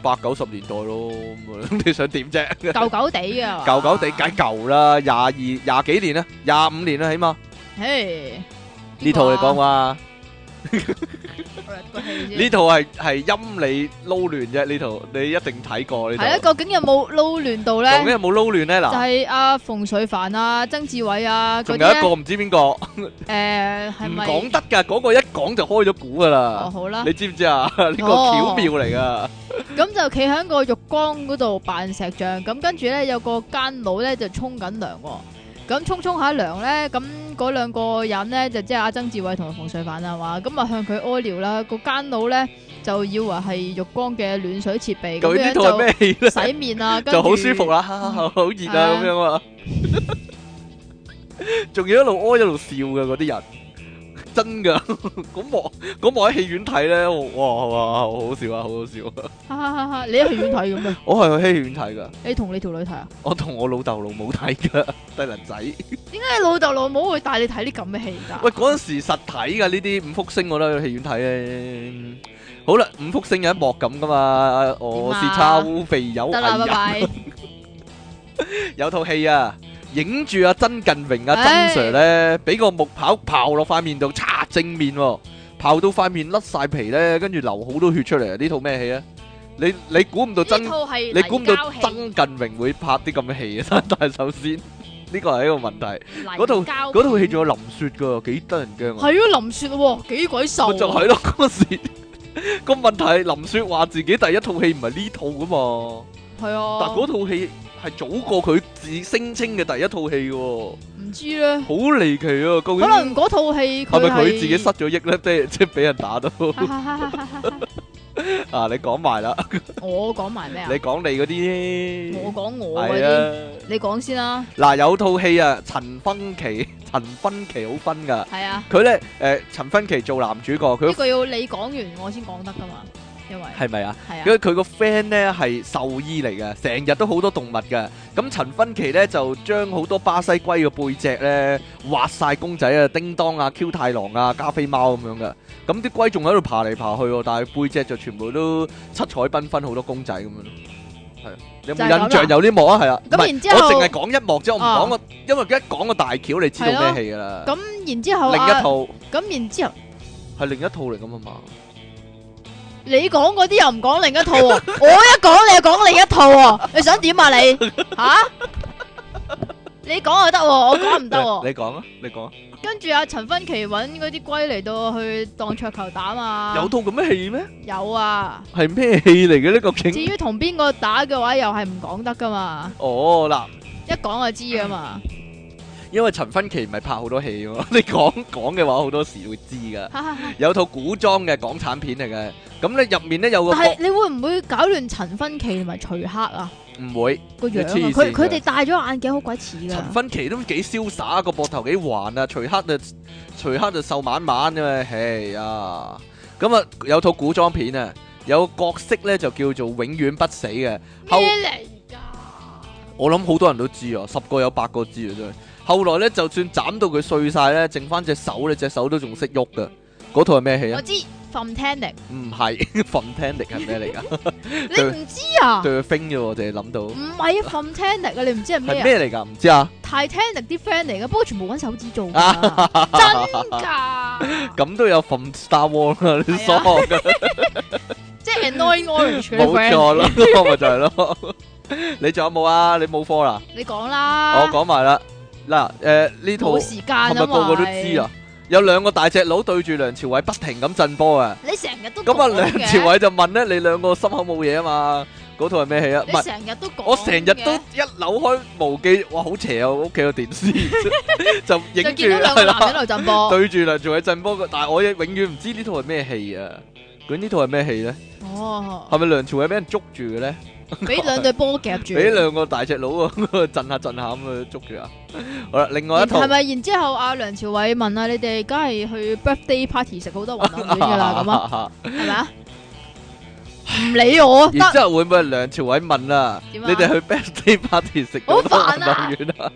[SPEAKER 1] 八九十年代咯，咁 你想點啫？
[SPEAKER 2] 舊舊地啊㗎，
[SPEAKER 1] 舊舊地梗係，舊啦，廿二廿幾年啦，廿五年啦，起碼
[SPEAKER 2] 嘿，
[SPEAKER 1] 呢套你講話，呢
[SPEAKER 2] 個戲啫，
[SPEAKER 1] 套係係陰你撈亂啫，呢套你一定睇過呢
[SPEAKER 2] 係啊，
[SPEAKER 1] 套。
[SPEAKER 2] 究竟有冇撈亂到
[SPEAKER 1] 究竟
[SPEAKER 2] 咧？
[SPEAKER 1] 有冇撈亂咧？
[SPEAKER 2] 就
[SPEAKER 1] 嗱，
[SPEAKER 2] 係阿馮淬帆啊、曾志偉啊
[SPEAKER 1] 仲
[SPEAKER 2] 嗰
[SPEAKER 1] 有一個
[SPEAKER 2] 啲
[SPEAKER 1] 唔知邊個，
[SPEAKER 2] 咧，誒係
[SPEAKER 1] 唔
[SPEAKER 2] 咪？
[SPEAKER 1] 講得㗎，嗰個一講就開咗估㗎
[SPEAKER 2] 哦
[SPEAKER 1] 啦。
[SPEAKER 2] 好啦
[SPEAKER 1] 你，知唔知啊？呢個巧妙嚟㗎，
[SPEAKER 2] 咁就企喺個浴缸嗰度扮石像，咁跟住咧有個奸佬咧就沖緊涼喎，咁沖沖下涼咧，咁嗰兩個人咧就即係阿曾志偉同埋馮淬帆啦，係嘛，咁啊向佢屙尿啦，個奸佬咧就以為係浴缸嘅暖水設備，
[SPEAKER 1] 究
[SPEAKER 2] 咁
[SPEAKER 1] 竟呢
[SPEAKER 2] 樣
[SPEAKER 1] 套係咩
[SPEAKER 2] 就
[SPEAKER 1] 戲咧？
[SPEAKER 2] 洗 面啊，跟住嗯
[SPEAKER 1] 就好舒服，啦，好熱啊咁樣啊， 仲要一路屙一路笑嘅嗰啲人，真噶， 嗰幕嗰幕喺戲院睇咧，哇哇好好笑啊，好好笑啊！
[SPEAKER 2] 哈哈哈哈！你喺戲院睇咁啊？
[SPEAKER 1] 我係去戲院睇噶，
[SPEAKER 2] 你同你條女睇啊？
[SPEAKER 1] 我同我老豆老母睇噶， 低能仔。
[SPEAKER 2] 點解你老豆老母會帶你睇啲咁嘅戲㗎？
[SPEAKER 1] 喂，嗰陣時實體噶呢啲五福星，我都去戲院睇咧。好啦，五福星有一幕咁噶嘛，我是
[SPEAKER 2] 點啊
[SPEAKER 1] 叉烏肥友
[SPEAKER 2] 得啦，
[SPEAKER 1] 藝
[SPEAKER 2] 拜
[SPEAKER 1] 人。
[SPEAKER 2] 拜。
[SPEAKER 1] 有套戲啊，影住阿曾近榮啊
[SPEAKER 2] 唉
[SPEAKER 1] 曾 Sir 咧，俾個木刨刨落塊面度，擦正面喎、刨到塊面甩晒皮咧，跟住流好多血出嚟啊！呢套咩戲啊？你你估唔到曾
[SPEAKER 2] 呢，套係
[SPEAKER 1] 你估唔到
[SPEAKER 2] 泥膠
[SPEAKER 1] 曾
[SPEAKER 2] 戲
[SPEAKER 1] 近榮會拍啲咁嘅戲啊？ 但係首先呢個係一個問題，嗰套
[SPEAKER 2] 泥膠
[SPEAKER 1] 嗰套戲
[SPEAKER 2] 片
[SPEAKER 1] 仲有林雪噶，幾得人驚啊！
[SPEAKER 2] 係咯，林雪喎，幾鬼瘦
[SPEAKER 1] 咪
[SPEAKER 2] 啊。
[SPEAKER 1] 就係咯，嗰時個問題係林雪話自己第一套戲唔係呢套噶嘛。
[SPEAKER 2] 係啊。
[SPEAKER 1] 但嗰套戲係早過佢自聲稱嘅第一套戲喎，
[SPEAKER 2] 唔知咧，
[SPEAKER 1] 好離奇啊！究竟
[SPEAKER 2] 可能嗰套戲
[SPEAKER 1] 係
[SPEAKER 2] 佢
[SPEAKER 1] 咪佢自 己失咗憶咧？即係 即係俾人打到
[SPEAKER 2] 失？
[SPEAKER 1] 啊！你講埋啦，
[SPEAKER 2] 我講埋咩啊
[SPEAKER 1] 你？講你嗰
[SPEAKER 2] 我
[SPEAKER 1] 啲
[SPEAKER 2] 講我嗰
[SPEAKER 1] 係
[SPEAKER 2] 啲，
[SPEAKER 1] 啊！
[SPEAKER 2] 你講先啦。
[SPEAKER 1] 嗱，有套戲啊，陳芬奇，陳芬奇好分噶，
[SPEAKER 2] 係啊，
[SPEAKER 1] 佢咧誒 陳芬奇做男主角，
[SPEAKER 2] 呢
[SPEAKER 1] 佢
[SPEAKER 2] 個要你講完我先講得噶嘛，因為
[SPEAKER 1] 係咪啊？
[SPEAKER 2] 係
[SPEAKER 1] 因
[SPEAKER 2] 啊，
[SPEAKER 1] 為佢個 friend 咧係獸醫嚟嘅，成日都好多動物嘅。咁陳芬奇咧就將好多巴西龜嘅背脊咧畫晒公仔啊、叮當啊、Q 太郎啊、加菲貓咁樣嘅。咁啲龜仲喺度爬嚟爬去喎，但係背脊就全部都七彩繽紛好多公仔咁樣咯。係啊，你有
[SPEAKER 2] 就係咁
[SPEAKER 1] 冇
[SPEAKER 2] 啦
[SPEAKER 1] 印象有呢幕啊？係啦，
[SPEAKER 2] 咁
[SPEAKER 1] 唔係
[SPEAKER 2] 然之後
[SPEAKER 1] 我淨係講一幕啫，我唔講個，因為一講個大橋，你知
[SPEAKER 2] 係
[SPEAKER 1] 道
[SPEAKER 2] 咯
[SPEAKER 1] 咩戲㗎啦。
[SPEAKER 2] 咁然之後
[SPEAKER 1] 另一
[SPEAKER 2] 啊，
[SPEAKER 1] 套
[SPEAKER 2] 咁然之後
[SPEAKER 1] 係另一套嚟㗎嘛，
[SPEAKER 2] 你講嗰啲又唔講另一套喎， 我一講你又講另一套喎，你想點 啊你？吓？你講就得喎，我講唔得 喎。
[SPEAKER 1] 你講啊，你講啊，
[SPEAKER 2] 跟住阿陳芬奇揾嗰啲龜嚟到去當桌球膽啊，
[SPEAKER 1] 有套咁嘅戲咩？
[SPEAKER 2] 有啊。
[SPEAKER 1] 係咩戲嚟嘅呢？究
[SPEAKER 2] 至
[SPEAKER 1] 竟？
[SPEAKER 2] 於同邊個打嘅話，又係唔講得噶嘛，
[SPEAKER 1] 哦，嗱。
[SPEAKER 2] 一講就知噶嘛。
[SPEAKER 1] 因為陳芬奇唔係拍好多戲 啊嘛，你講講嘅話好多時會知噶。有套古裝嘅港產片嚟嘅，咁咧入面咧有個
[SPEAKER 2] 但
[SPEAKER 1] 角
[SPEAKER 2] 系你會唔會搞亂陳芬琪同埋徐克啊
[SPEAKER 1] 唔會，
[SPEAKER 2] 個樣啊？
[SPEAKER 1] 你黐線
[SPEAKER 2] 佢
[SPEAKER 1] 㗎
[SPEAKER 2] 佢哋戴咗眼鏡好鬼似
[SPEAKER 1] 陳
[SPEAKER 2] 噶，
[SPEAKER 1] 芬奇都幾瀟灑，個膊頭幾橫啊，徐克就徐克就瘦蜢蜢啫嘛，唉呀！咁啊有套古裝片啊，有個角色咧就叫做永遠不死嘅，後
[SPEAKER 2] 咩嚟㗎？
[SPEAKER 1] 我諗好多人都知啊，十個有八個知啊真係。後來咧就算斬到佢碎晒咧，剩翻隻手咧，隻手都仲識喐噶。嗰套係咩戲啊
[SPEAKER 2] 我？知 from Tannic，
[SPEAKER 1] 唔係 Fontanic 係咩嚟噶？
[SPEAKER 2] 你
[SPEAKER 1] 對
[SPEAKER 2] 唔知啊？
[SPEAKER 1] 對佢 fing 啫喎，我淨係諗到
[SPEAKER 2] 唔係啊 from Tannic 啊，你唔知係咩
[SPEAKER 1] 係
[SPEAKER 2] 啊
[SPEAKER 1] 咩嚟㗎？唔知啊。
[SPEAKER 2] ？Titanic 啲 friend 嚟噶，不過全部揾手指做 㗎，真㗎，
[SPEAKER 1] 咁都有份 Star Wars 啦，你
[SPEAKER 2] 係
[SPEAKER 1] 傻
[SPEAKER 2] 啊
[SPEAKER 1] 嘅。
[SPEAKER 2] 即係 Annoying Orange 嗰啲
[SPEAKER 1] 冇
[SPEAKER 2] friend。
[SPEAKER 1] 錯咯， 咪就係咯。你仲有冇啊？你冇科啦，
[SPEAKER 2] 你講啦，
[SPEAKER 1] 我講埋啦。嗱，誒呢套
[SPEAKER 2] 冇時間啊
[SPEAKER 1] 係咪個個都知？啊？有兩個大隻佬對住梁朝偉不停咁震波啊！
[SPEAKER 2] 咪你成日都
[SPEAKER 1] 咁啊，
[SPEAKER 2] 講嘅
[SPEAKER 1] 梁朝，偉就問咧：你兩個心口冇嘢啊嘛？嗰套係咩戲啊？唔
[SPEAKER 2] 你
[SPEAKER 1] 係，
[SPEAKER 2] 成日都講嘅，
[SPEAKER 1] 我成日都一扭開無記，哇！好邪啊！我屋企個 電視 就影
[SPEAKER 2] 就
[SPEAKER 1] 住
[SPEAKER 2] 見到
[SPEAKER 1] 係
[SPEAKER 2] 兩個 男人
[SPEAKER 1] 啦，
[SPEAKER 2] 喺度震波。
[SPEAKER 1] 對住梁朝偉震波嘅。但係我永遠唔知呢套係咩戲啊！佢呢套係咩戲咧？
[SPEAKER 2] 哦，
[SPEAKER 1] 係咪梁朝偉俾人捉住嘅咧？
[SPEAKER 2] 俾兩對波夾住，
[SPEAKER 1] 俾兩個大隻佬啊震下震下咁啊捉住啊！ 好啦，另外一
[SPEAKER 2] 然
[SPEAKER 1] 套
[SPEAKER 2] 係咪？然之後阿梁朝偉問啊，你哋梗係去 birthday party 食好多雲南丸 噶啦，咁啊，
[SPEAKER 1] 啊，
[SPEAKER 2] 係咪啊？唔理我
[SPEAKER 1] 然
[SPEAKER 2] 得，
[SPEAKER 1] 之後會唔會係梁朝偉問啊？你
[SPEAKER 2] 點啊
[SPEAKER 1] 哋去 birthday party 食
[SPEAKER 2] 好
[SPEAKER 1] 咗多雲
[SPEAKER 2] 煩啊
[SPEAKER 1] 南丸啊？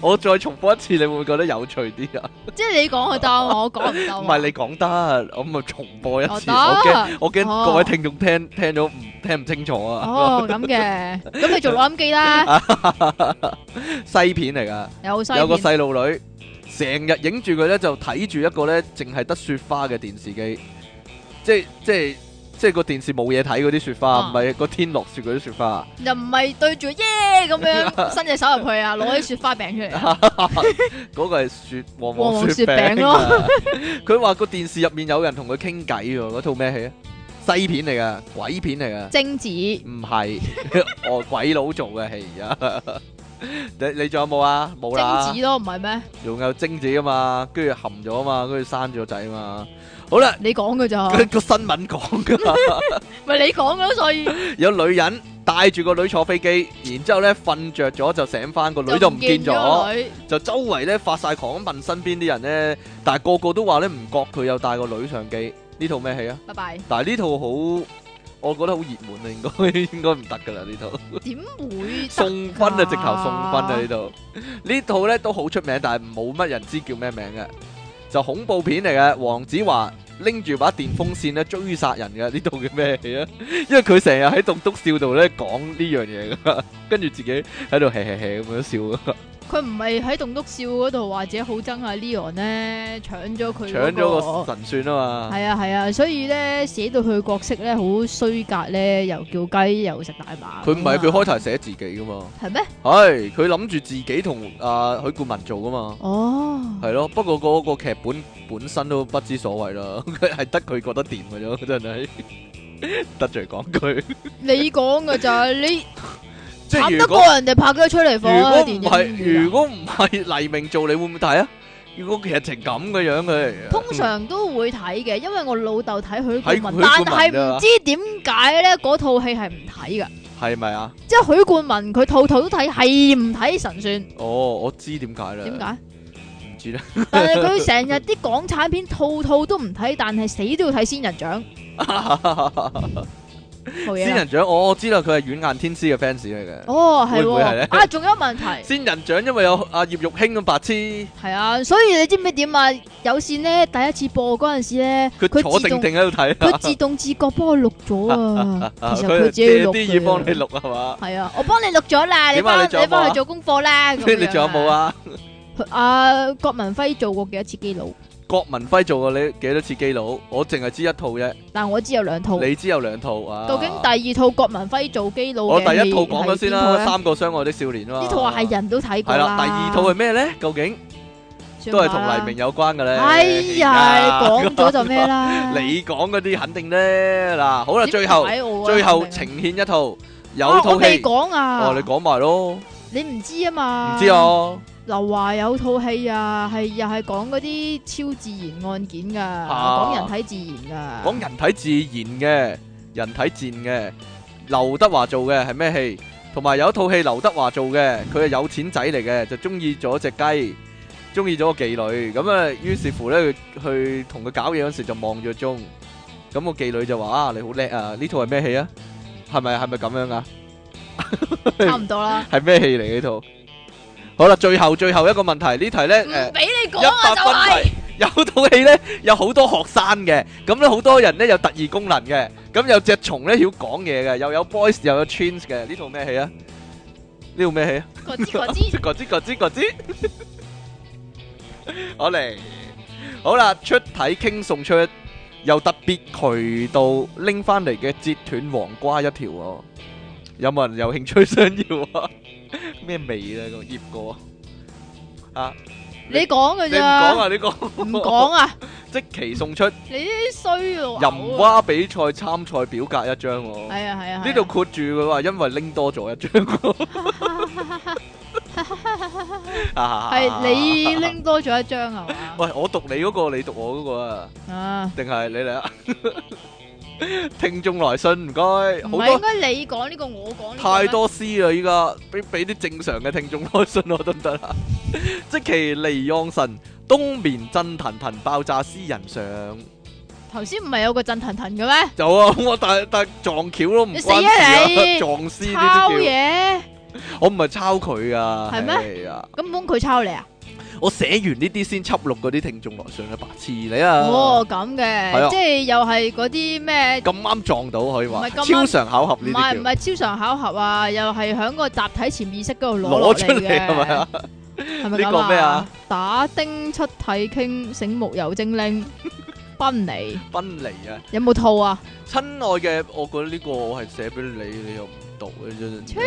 [SPEAKER 1] 我再重播一次，你會唔會覺得有趣啲啊？
[SPEAKER 2] 即係你講佢答我，我講唔答。
[SPEAKER 1] 唔係你講得，我咪重播一
[SPEAKER 2] 我
[SPEAKER 1] 次。我驚
[SPEAKER 2] 得，
[SPEAKER 1] 我驚
[SPEAKER 2] 哦哦
[SPEAKER 1] 各位聽眾聽聽咗唔聽唔清楚啊！
[SPEAKER 2] 哦咁嘅，咁你做錄音機啦，
[SPEAKER 1] 西片嚟㗎。
[SPEAKER 2] 有西
[SPEAKER 1] 有個
[SPEAKER 2] 片
[SPEAKER 1] 細路女成日影住佢咧，就睇住一個咧，淨係得雪花嘅電視機，即係即係即係個電視冇嘢睇嗰啲雪花，
[SPEAKER 2] 啊
[SPEAKER 1] 唔係個天落雪嗰啲雪花。
[SPEAKER 2] 又唔係對住耶咁樣伸隻手入去啊，攞啲雪花餅出嚟啊，
[SPEAKER 1] 嗰個係雪旺
[SPEAKER 2] 旺
[SPEAKER 1] 旺
[SPEAKER 2] 旺
[SPEAKER 1] 雪
[SPEAKER 2] 雪
[SPEAKER 1] 餅
[SPEAKER 2] 餅
[SPEAKER 1] 咯。 佢話個電視入面有人同佢傾偈喎，嗰套咩戲啊？西片嚟噶，鬼片嚟噶，
[SPEAKER 2] 精子
[SPEAKER 1] 唔 係哦鬼佬做嘅戲 啊！你你仲有冇啊？冇啦。
[SPEAKER 2] 精子咯，唔係咩？
[SPEAKER 1] 仲有精子啊嘛，跟住含咗啊嘛，跟住生咗個仔啊嘛。好啦。
[SPEAKER 2] 你講嘅 咋？
[SPEAKER 1] 佢個新聞講 噶，
[SPEAKER 2] 咪你講嘅 咯，所以
[SPEAKER 1] 有女人帶住個女坐飛機，然之後咧瞓着咗就醒翻，個女就唔見咗，
[SPEAKER 2] 個女。
[SPEAKER 1] 就周圍咧發晒狂咁問身邊啲人咧，但係個個都話咧唔覺佢有帶個女上機。呢套咩戲啊？
[SPEAKER 2] 拜拜。
[SPEAKER 1] 但係呢套好，我覺得好熱門啊，應該 應該唔得噶啦呢套。
[SPEAKER 2] 點會
[SPEAKER 1] 送分啊，直頭送分啊呢度。呢套咧都好出名，但係冇乜人知叫咩名嘅，就恐怖片嚟嘅。黃子華拎住把電風扇咧追殺人嘅，呢度叫咩戲啊？ 因為佢成日喺棟篤笑度咧講呢樣嘢噶， 跟住自己喺度嘿嘿嘿咁樣笑，
[SPEAKER 2] 佢唔係喺棟篤笑嗰度或者好憎啊 Leon 咧搶咗佢
[SPEAKER 1] 搶
[SPEAKER 2] 嗰
[SPEAKER 1] 咗個
[SPEAKER 2] 個。
[SPEAKER 1] 神算啊嘛。
[SPEAKER 2] 係啊係啊，所以咧寫到佢角色咧好衰格咧，又叫雞又食大麻。
[SPEAKER 1] 佢唔係佢開頭係寫自己噶嘛，
[SPEAKER 2] 係咩？
[SPEAKER 1] 係佢諗住自己同阿許冠文做噶嘛。
[SPEAKER 2] 哦，
[SPEAKER 1] 係咯，不過嗰個劇本本身都不知所謂啦， 佢係得佢覺得掂嘅啫， 真係得罪講句。
[SPEAKER 2] 你講嘅咋？你
[SPEAKER 1] 即
[SPEAKER 2] 拍
[SPEAKER 1] 係
[SPEAKER 2] 得
[SPEAKER 1] 如
[SPEAKER 2] 過
[SPEAKER 1] 果
[SPEAKER 2] 人哋拍咗出嚟
[SPEAKER 1] 如
[SPEAKER 2] 放啊
[SPEAKER 1] 果
[SPEAKER 2] 電
[SPEAKER 1] 唔
[SPEAKER 2] 影
[SPEAKER 1] 係如
[SPEAKER 2] 嚟㗎。
[SPEAKER 1] 果唔係黎明做，你會唔會睇啊？如果劇情咁嘅樣佢，
[SPEAKER 2] 通常都會睇嘅，因為我老豆睇許
[SPEAKER 1] 睇
[SPEAKER 2] 冠文，
[SPEAKER 1] 許冠
[SPEAKER 2] 但係
[SPEAKER 1] 文啊
[SPEAKER 2] 唔
[SPEAKER 1] 咋
[SPEAKER 2] 知點解咧嗰套戲係唔睇噶，
[SPEAKER 1] 係咪啊？
[SPEAKER 2] 即係許冠文佢套套都睇，係唔睇神 算。
[SPEAKER 1] 哦，我知點解啦。
[SPEAKER 2] 點解？
[SPEAKER 1] 唔知 啦。
[SPEAKER 2] 但係佢成日啲港產片套套都唔睇，但係死都要睇仙人掌，冇嘢
[SPEAKER 1] 仙
[SPEAKER 2] 啦。
[SPEAKER 1] 人掌，我我知啦，佢係軟硬天師嘅 fans 嚟嘅。
[SPEAKER 2] 哦，
[SPEAKER 1] 會
[SPEAKER 2] 係
[SPEAKER 1] 唔會係咧
[SPEAKER 2] 喎，啊，仲有一個問題，
[SPEAKER 1] 仙人掌因為有阿葉玉卿咁白痴，
[SPEAKER 2] 係啊，所以你知唔知點啊？有線咧第一次播嗰陣時咧，
[SPEAKER 1] 佢坐
[SPEAKER 2] 佢自
[SPEAKER 1] 定啊
[SPEAKER 2] 動
[SPEAKER 1] 定喺度睇，
[SPEAKER 2] 佢自動自覺幫我錄咗啊 其實佢啊
[SPEAKER 1] 佢
[SPEAKER 2] 自己
[SPEAKER 1] 借
[SPEAKER 2] 錄
[SPEAKER 1] 啲嘢幫你
[SPEAKER 2] 嘅。
[SPEAKER 1] 錄係嘛？
[SPEAKER 2] 係啊，我幫你錄咗啦，你
[SPEAKER 1] 點啊
[SPEAKER 2] 翻
[SPEAKER 1] 你仲有
[SPEAKER 2] 你
[SPEAKER 1] 冇啊
[SPEAKER 2] 翻去做功課啦。咁 樣
[SPEAKER 1] 你仲有冇？啊？
[SPEAKER 2] 啊，郭文輝做過幾多次基佬？
[SPEAKER 1] 郭文輝做過你幾多次基佬？我淨係知一套啫，
[SPEAKER 2] 但我知有兩套。
[SPEAKER 1] 你知有兩套啊？
[SPEAKER 2] 究竟第二套郭文輝做基佬
[SPEAKER 1] 我
[SPEAKER 2] 嘅
[SPEAKER 1] 第一套
[SPEAKER 2] 戲
[SPEAKER 1] 講咗
[SPEAKER 2] 係
[SPEAKER 1] 先
[SPEAKER 2] 邊套
[SPEAKER 1] 啦，《
[SPEAKER 2] 咧
[SPEAKER 1] 三個相愛的少年》啊嘛。
[SPEAKER 2] 呢套係人都睇過
[SPEAKER 1] 係啦，第二套係咩咧？究竟都係同黎明有關嘅咧？
[SPEAKER 2] 啊哎呀，講咗 就咩啦？
[SPEAKER 1] 你講嗰啲肯定咧嗱，好啦，
[SPEAKER 2] 點
[SPEAKER 1] 最後
[SPEAKER 2] 解我覺得
[SPEAKER 1] 最後
[SPEAKER 2] 肯定
[SPEAKER 1] 呈
[SPEAKER 2] 啊
[SPEAKER 1] 現一套有
[SPEAKER 2] 啊我
[SPEAKER 1] 套
[SPEAKER 2] 未
[SPEAKER 1] 戲，
[SPEAKER 2] 講啊，
[SPEAKER 1] 哦，你講埋咯，唔
[SPEAKER 2] 你唔知啊嘛？
[SPEAKER 1] 知，啊，
[SPEAKER 2] 又話有套戲啊，係又係講嗰啲超自然案件㗎，
[SPEAKER 1] 啊
[SPEAKER 2] 講人體自然㗎。
[SPEAKER 1] 講人體自然嘅，人體自然嘅，劉德華做嘅係咩戲？同埋有一套戲劉德華做嘅，佢係有錢仔嚟嘅，就中意咗只雞，中意咗個妓女，咁啊，於是乎咧，佢去同佢搞嘢嗰時就望咗鐘，咁個妓女就話啊，你好叻啊！呢套係咩戲啊？係咪係咪咁樣啊？，
[SPEAKER 2] 差唔多啦
[SPEAKER 1] 係咩戲嚟嘅呢套？好啦，最後最後一個問題，呢題咧
[SPEAKER 2] 唔
[SPEAKER 1] 誒。
[SPEAKER 2] 俾你講
[SPEAKER 1] 一百
[SPEAKER 2] 啊，就
[SPEAKER 1] 分
[SPEAKER 2] 係
[SPEAKER 1] 題，有套戲咧，有好多學生嘅，咁咧好多人咧有特異功能嘅，咁有隻蟲咧要講嘢嘅，又有 boys 又有 twins 嘅，呢套咩戲啊？呢套咩戲啊？
[SPEAKER 2] 嗰支嗰支
[SPEAKER 1] 嗰支嗰支嗰支， 我嚟，好啦，出體傾送出由特別渠道拎翻嚟嘅截斷黃瓜一條喎，有冇人有興趣想 要啊？咩味咧個醃過啊？
[SPEAKER 2] 你講㗎
[SPEAKER 1] 你唔講
[SPEAKER 2] 咋？
[SPEAKER 1] 啊？你講
[SPEAKER 2] 唔講啊！
[SPEAKER 1] 即期送出
[SPEAKER 2] 你呢啲衰到
[SPEAKER 1] 淫
[SPEAKER 2] 嘔啊！
[SPEAKER 1] 蛙比賽參賽表格一張喎，
[SPEAKER 2] 係啊係啊，
[SPEAKER 1] 呢度括住佢話因為拎多咗一張喎， 啊
[SPEAKER 2] 係你。拎多咗一張係嘛？
[SPEAKER 1] 喂，我讀你嗰個，你讀我嗰個啊？
[SPEAKER 2] 啊，
[SPEAKER 1] 定係你嚟啊？ 聽眾來信唔該，
[SPEAKER 2] 唔
[SPEAKER 1] 好
[SPEAKER 2] 係應
[SPEAKER 1] 多
[SPEAKER 2] 該你講呢個，我講呢個咩
[SPEAKER 1] 太多詩啊啦！依家俾俾啲正常嘅聽眾來信我得唔得啊？ 即其離岸神冬眠震騰騰爆炸詩人上。
[SPEAKER 2] 頭先唔係有個震騰騰嘅咩？
[SPEAKER 1] 有啊， 我但但撞橋都唔
[SPEAKER 2] 你死
[SPEAKER 1] 關事
[SPEAKER 2] 啊
[SPEAKER 1] 啊，
[SPEAKER 2] 你
[SPEAKER 1] 撞屍呢
[SPEAKER 2] 抄
[SPEAKER 1] 啲叫。
[SPEAKER 2] 嘢，
[SPEAKER 1] 我唔係抄佢啊，
[SPEAKER 2] 係咩
[SPEAKER 1] 係啊，
[SPEAKER 2] 咁咁佢抄你啊？
[SPEAKER 1] 我寫完呢啲先輯錄嗰啲聽眾來信啊，白痴你啊，
[SPEAKER 2] 哦，咁
[SPEAKER 1] 係啊
[SPEAKER 2] 嘅，即係又係嗰啲咩？
[SPEAKER 1] 咁啱撞到可以
[SPEAKER 2] 唔
[SPEAKER 1] 話
[SPEAKER 2] 係咁啱
[SPEAKER 1] 超常巧合
[SPEAKER 2] 唔
[SPEAKER 1] 呢
[SPEAKER 2] 係
[SPEAKER 1] 啲
[SPEAKER 2] 唔
[SPEAKER 1] 叫
[SPEAKER 2] 係超常巧合啊，又係喺個集體潛意識嗰度攞落
[SPEAKER 1] 攞出
[SPEAKER 2] 嚟
[SPEAKER 1] 嚟
[SPEAKER 2] 嘅，
[SPEAKER 1] 係咪啊？
[SPEAKER 2] 係咪
[SPEAKER 1] 呢
[SPEAKER 2] 咁
[SPEAKER 1] 個咩啊？
[SPEAKER 2] 打丁出體傾，醒目有精靈， 奔嚟
[SPEAKER 1] 分離啊，
[SPEAKER 2] 有冇套啊？
[SPEAKER 1] 親愛嘅，我覺得呢個我係寫俾你，你又唔讀嘅真係。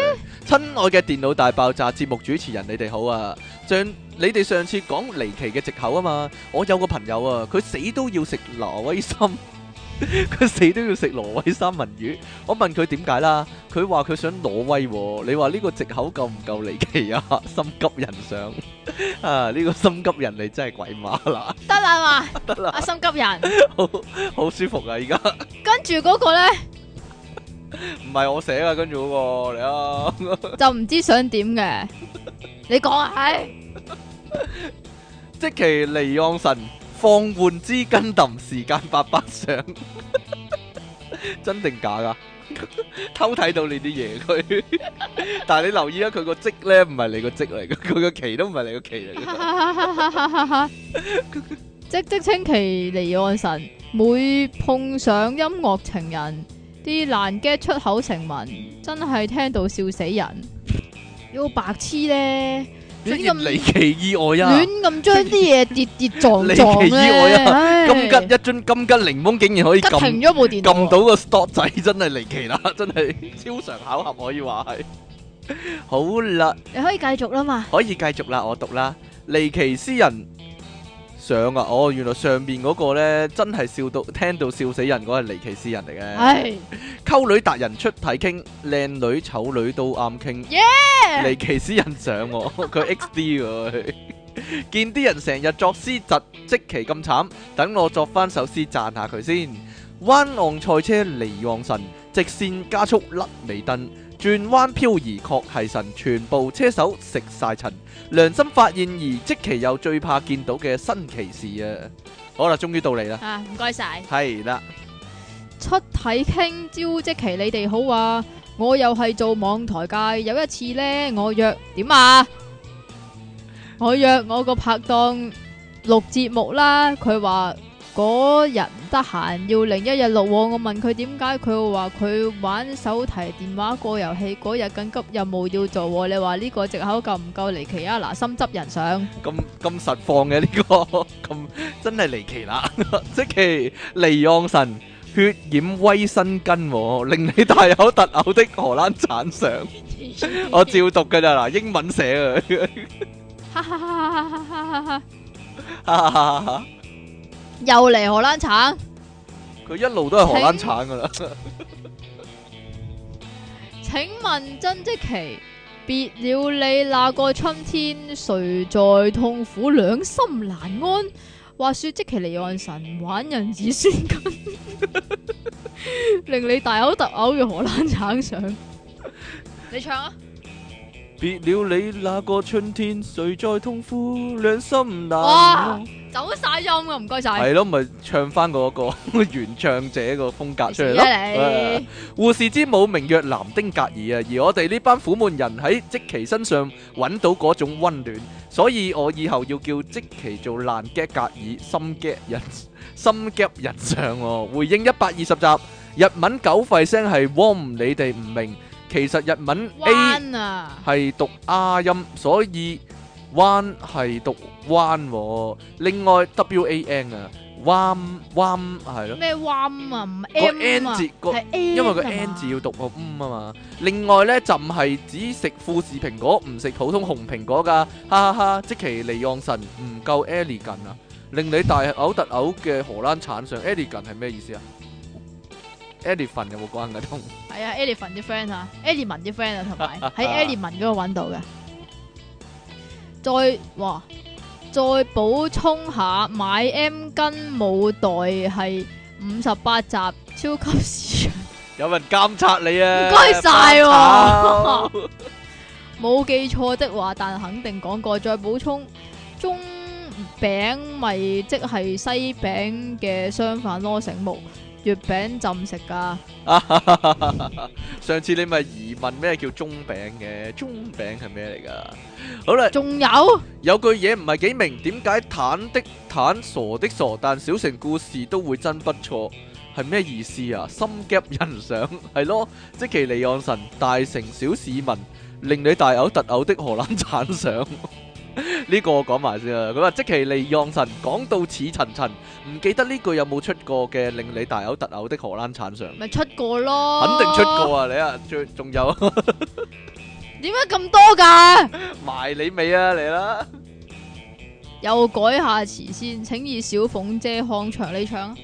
[SPEAKER 1] 親愛嘅電腦大爆炸節目主持人，你哋好啊！上你哋上次講離奇嘅藉口啊嘛，我有個朋友啊，佢死都要食挪威參， 佢死都要食挪威三文魚。我問佢點解啦，佢話佢想挪威喎、你話呢個藉口夠唔夠離奇啊？ 心急人上 啊！呢、個心急人你真係鬼馬啦，
[SPEAKER 2] 得啦嘛，
[SPEAKER 1] 得啦，
[SPEAKER 2] 阿心急人，
[SPEAKER 1] 好好舒服啊！而家
[SPEAKER 2] 跟住嗰個咧
[SPEAKER 1] 唔係我寫啊，跟住嗰個嚟啊！
[SPEAKER 2] 就唔知想點嘅，你講啊， 唉，
[SPEAKER 1] 即其離岸神放緩之根揼時間八百上， 真定假噶？ 偷睇到你啲嘢佢， 但係你留意啊，佢個職咧唔係你個職嚟嘅， 佢個旗都唔係你個旗嚟嘅。
[SPEAKER 2] 即即稱其離岸神，每碰上音樂情人，啲爛 g 出口成文，真係聽到笑死人。有個白痴咧，
[SPEAKER 1] 呢
[SPEAKER 2] 亂
[SPEAKER 1] 件
[SPEAKER 2] 咁
[SPEAKER 1] 離奇意外啊！
[SPEAKER 2] 亂咁將啲嘢跌跌撞
[SPEAKER 1] 離
[SPEAKER 2] 撞
[SPEAKER 1] 奇意
[SPEAKER 2] 咧，
[SPEAKER 1] 外
[SPEAKER 2] 唉
[SPEAKER 1] 金桔一樽金桔檸檬竟然可以
[SPEAKER 2] 吉停
[SPEAKER 1] 撳
[SPEAKER 2] 咗部電腦
[SPEAKER 1] 撳到個 stop 仔，真係離奇啦！真係超常巧合可以話係。好啦。
[SPEAKER 2] 你可以繼續啦嘛。
[SPEAKER 1] 可以繼續啦，我讀啦。離奇詩人上啊，哦，原來上邊嗰個呢，真係笑到聽到笑死人嗰係離奇詩人嚟嘅。
[SPEAKER 2] 唉，
[SPEAKER 1] 溝女達人出體傾，靚女醜女都啱傾。離奇詩人上我， 佢 X D 佢。見啲人成日作詩疾，即其咁慘，等我作翻首詩讚下佢先。灣岸賽車離岸神，直線加速甩尾燈，轉彎漂移確係神，全部車手食晒塵。良心發現而即其又最怕見到嘅新奇事啊！好啦，終於到你啦，
[SPEAKER 2] 啊，唔該晒。
[SPEAKER 1] 係啦，
[SPEAKER 2] 出體傾招即期你哋好啊！我又係做網台界，有一次呢，我約點啊？我約我個拍檔錄節目啦，佢話嗰日唔得閒，要另一日錄喎。我問佢點解，佢會話佢玩手提電話過遊戲嗰日緊急任務要做喎。你話呢個藉口夠唔夠離奇啊？嗱，心執人 上，
[SPEAKER 1] 咁咁實況嘅呢、個， 咁真係離奇啦！ 即其離岸神血染威身根、喎，令你大有特嘔的荷蘭產上，我照讀㗎咋嗱，英文寫 嘅，
[SPEAKER 2] 哈哈哈哈哈哈哈哈
[SPEAKER 1] 佢
[SPEAKER 2] 又嚟荷蘭橙。
[SPEAKER 1] 一路都係荷蘭產㗎啦，
[SPEAKER 2] 請問曾積奇別了你那個春天，誰在痛苦，兩心難安。話說即其離岸神玩人子孫根，令你大口特口嘅荷蘭橙上。你唱啊！
[SPEAKER 1] 別了你那個春天，誰在痛苦，兩心難
[SPEAKER 2] 哇
[SPEAKER 1] 安。
[SPEAKER 2] 走晒音啊，唔該晒。
[SPEAKER 1] 係咯，咪唱翻嗰個 原唱者個風格出
[SPEAKER 2] 你死
[SPEAKER 1] 嚟咯。啊
[SPEAKER 2] 啦啊你！
[SPEAKER 1] 護士之母名曰南丁格爾啊，而我哋呢班苦悶人喺即奇身上揾到嗰種温暖，所以我以後要叫即奇做爛 g 格爾，心 g 人 心 g 人上喎、回應一百二十集日文狗吠聲係 warm，你哋唔明，其實日文 A。
[SPEAKER 2] 彎啊！
[SPEAKER 1] 係讀啊音，所以彎係讀彎、喎。另外 W A N 啊，彎彎係咯，
[SPEAKER 2] 咩彎啊？唔
[SPEAKER 1] 個
[SPEAKER 2] M
[SPEAKER 1] N
[SPEAKER 2] 啊？
[SPEAKER 1] 字個
[SPEAKER 2] 係 N
[SPEAKER 1] 因為個
[SPEAKER 2] 啊嘛
[SPEAKER 1] N 字要讀個嗯啊嘛。另外呢，朕係只食富士蘋果，唔食普通紅蘋果㗎，哈哈哈！即其離岸神唔夠 elegant 啊，令你大嘔特嘔嘅荷蘭產上 elegant 係咩意思啊？elephant 有冇關㗎同？
[SPEAKER 2] 係啊，Elephant 啲 friend 啊，Element 啲 friend 啊，同埋喺 Element 嗰度揾到嘅。再哇，再補充下，買 M 巾冇袋係五十八集超級市場，
[SPEAKER 1] 有人監察你啊！
[SPEAKER 2] 唔該晒喎
[SPEAKER 1] 爆炒
[SPEAKER 2] 冇記錯的話，但肯定講過。再補充中餅咪即係西餅嘅相反咯，醒目月餅浸食㗎。
[SPEAKER 1] 上次你咪疑問咩叫中餅嘅？中餅係咩嚟噶？好啦，
[SPEAKER 2] 仲有
[SPEAKER 1] 有句嘢唔係幾明，點解坦的坦，傻的傻，但小城故事都會真不錯，係咩意思啊？心夾 人想係咯，即其離岸神，大城小市民，令你大嘔特嘔的荷蘭產相。 呢個我講埋先啦。佢話即其離岸神講到似層層，唔記得呢句有冇出過嘅令你大嘔特嘔的荷蘭產相，
[SPEAKER 2] 咪出過咯？
[SPEAKER 1] 肯定出。過啊！你啊，最仲有。
[SPEAKER 2] 點解咁多㗎？
[SPEAKER 1] 埋你尾啊，嚟啦！
[SPEAKER 2] 又改下詞先，請以小鳳姐看場你唱啊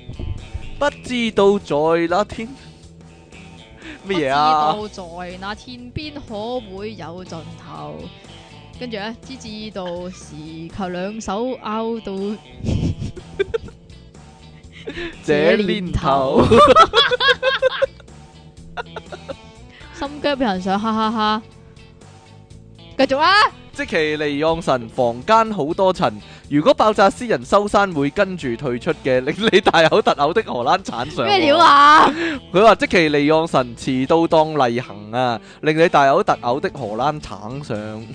[SPEAKER 1] 不知道在那 天乜嘢啊？
[SPEAKER 2] 不知道在那天邊可會有盡頭？跟住咧，只知道時求兩手拗到
[SPEAKER 1] 這年頭，
[SPEAKER 2] 心急，俾人想哈哈哈！繼續啦，
[SPEAKER 1] 即其離岸神房間好多層，如果爆炸私人收山會跟住退出嘅，令你大口特口的荷蘭產上。
[SPEAKER 2] 咩料？啊？
[SPEAKER 1] 佢話即其離岸神遲到當例行啊，令你大口特口的荷蘭產上。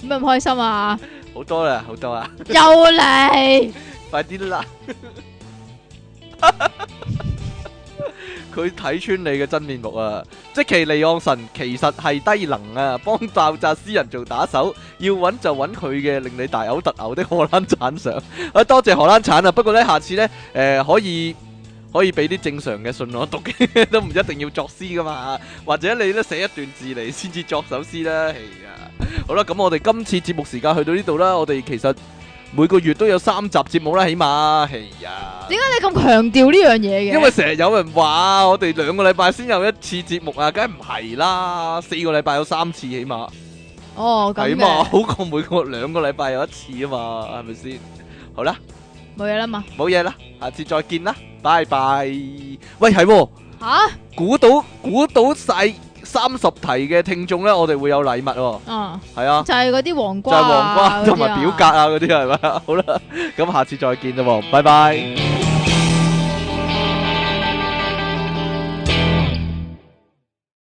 [SPEAKER 2] 點解咁開心啊？
[SPEAKER 1] 好多啦，好多啊！
[SPEAKER 2] 又嚟，
[SPEAKER 1] 快啲啦！佢睇穿你嘅真面目啊！即其利昂神其實係低能啊，幫爆炸私人做打手，要揾就揾佢嘅，令你大嘔特嘔的荷蘭產上。啊，多謝荷蘭產啊！不過呢，下次呢，誒、呃可以可以俾啲正常嘅信我讀嘅， 都唔一定要作詩噶嘛。或者你咧寫一段字嚟先至作首詩啦。係啊，好啦，咁我哋今次節目時間去到呢度啦。我哋其實每個月都有三集節目啦，起碼係啊。
[SPEAKER 2] 點解你咁強調呢樣嘢嘅？
[SPEAKER 1] 因為成日有人話我哋兩個禮拜先有一次節目啊，梗係唔係啦，四個禮拜有三次起碼，
[SPEAKER 2] 哦咁
[SPEAKER 1] 係嘛，
[SPEAKER 2] 嘅，
[SPEAKER 1] 好過每個兩個禮拜有一次啊嘛，係咪先？好啦，
[SPEAKER 2] 冇嘢啦嘛。
[SPEAKER 1] 冇嘢啦，下次再見啦，拜拜。喂，係喎，
[SPEAKER 2] 吓
[SPEAKER 1] 估到估到晒三十題嘅聽眾咧，我哋會有禮物喎，
[SPEAKER 2] 啊，
[SPEAKER 1] 係啊。
[SPEAKER 2] 就係嗰啲黃
[SPEAKER 1] 就
[SPEAKER 2] 瓜
[SPEAKER 1] 係
[SPEAKER 2] 啊，
[SPEAKER 1] 黃瓜
[SPEAKER 2] 嗰啲
[SPEAKER 1] 同埋
[SPEAKER 2] 啊
[SPEAKER 1] 表格啊嗰啲係咪？好啦，咁下次再見啫喎，拜拜。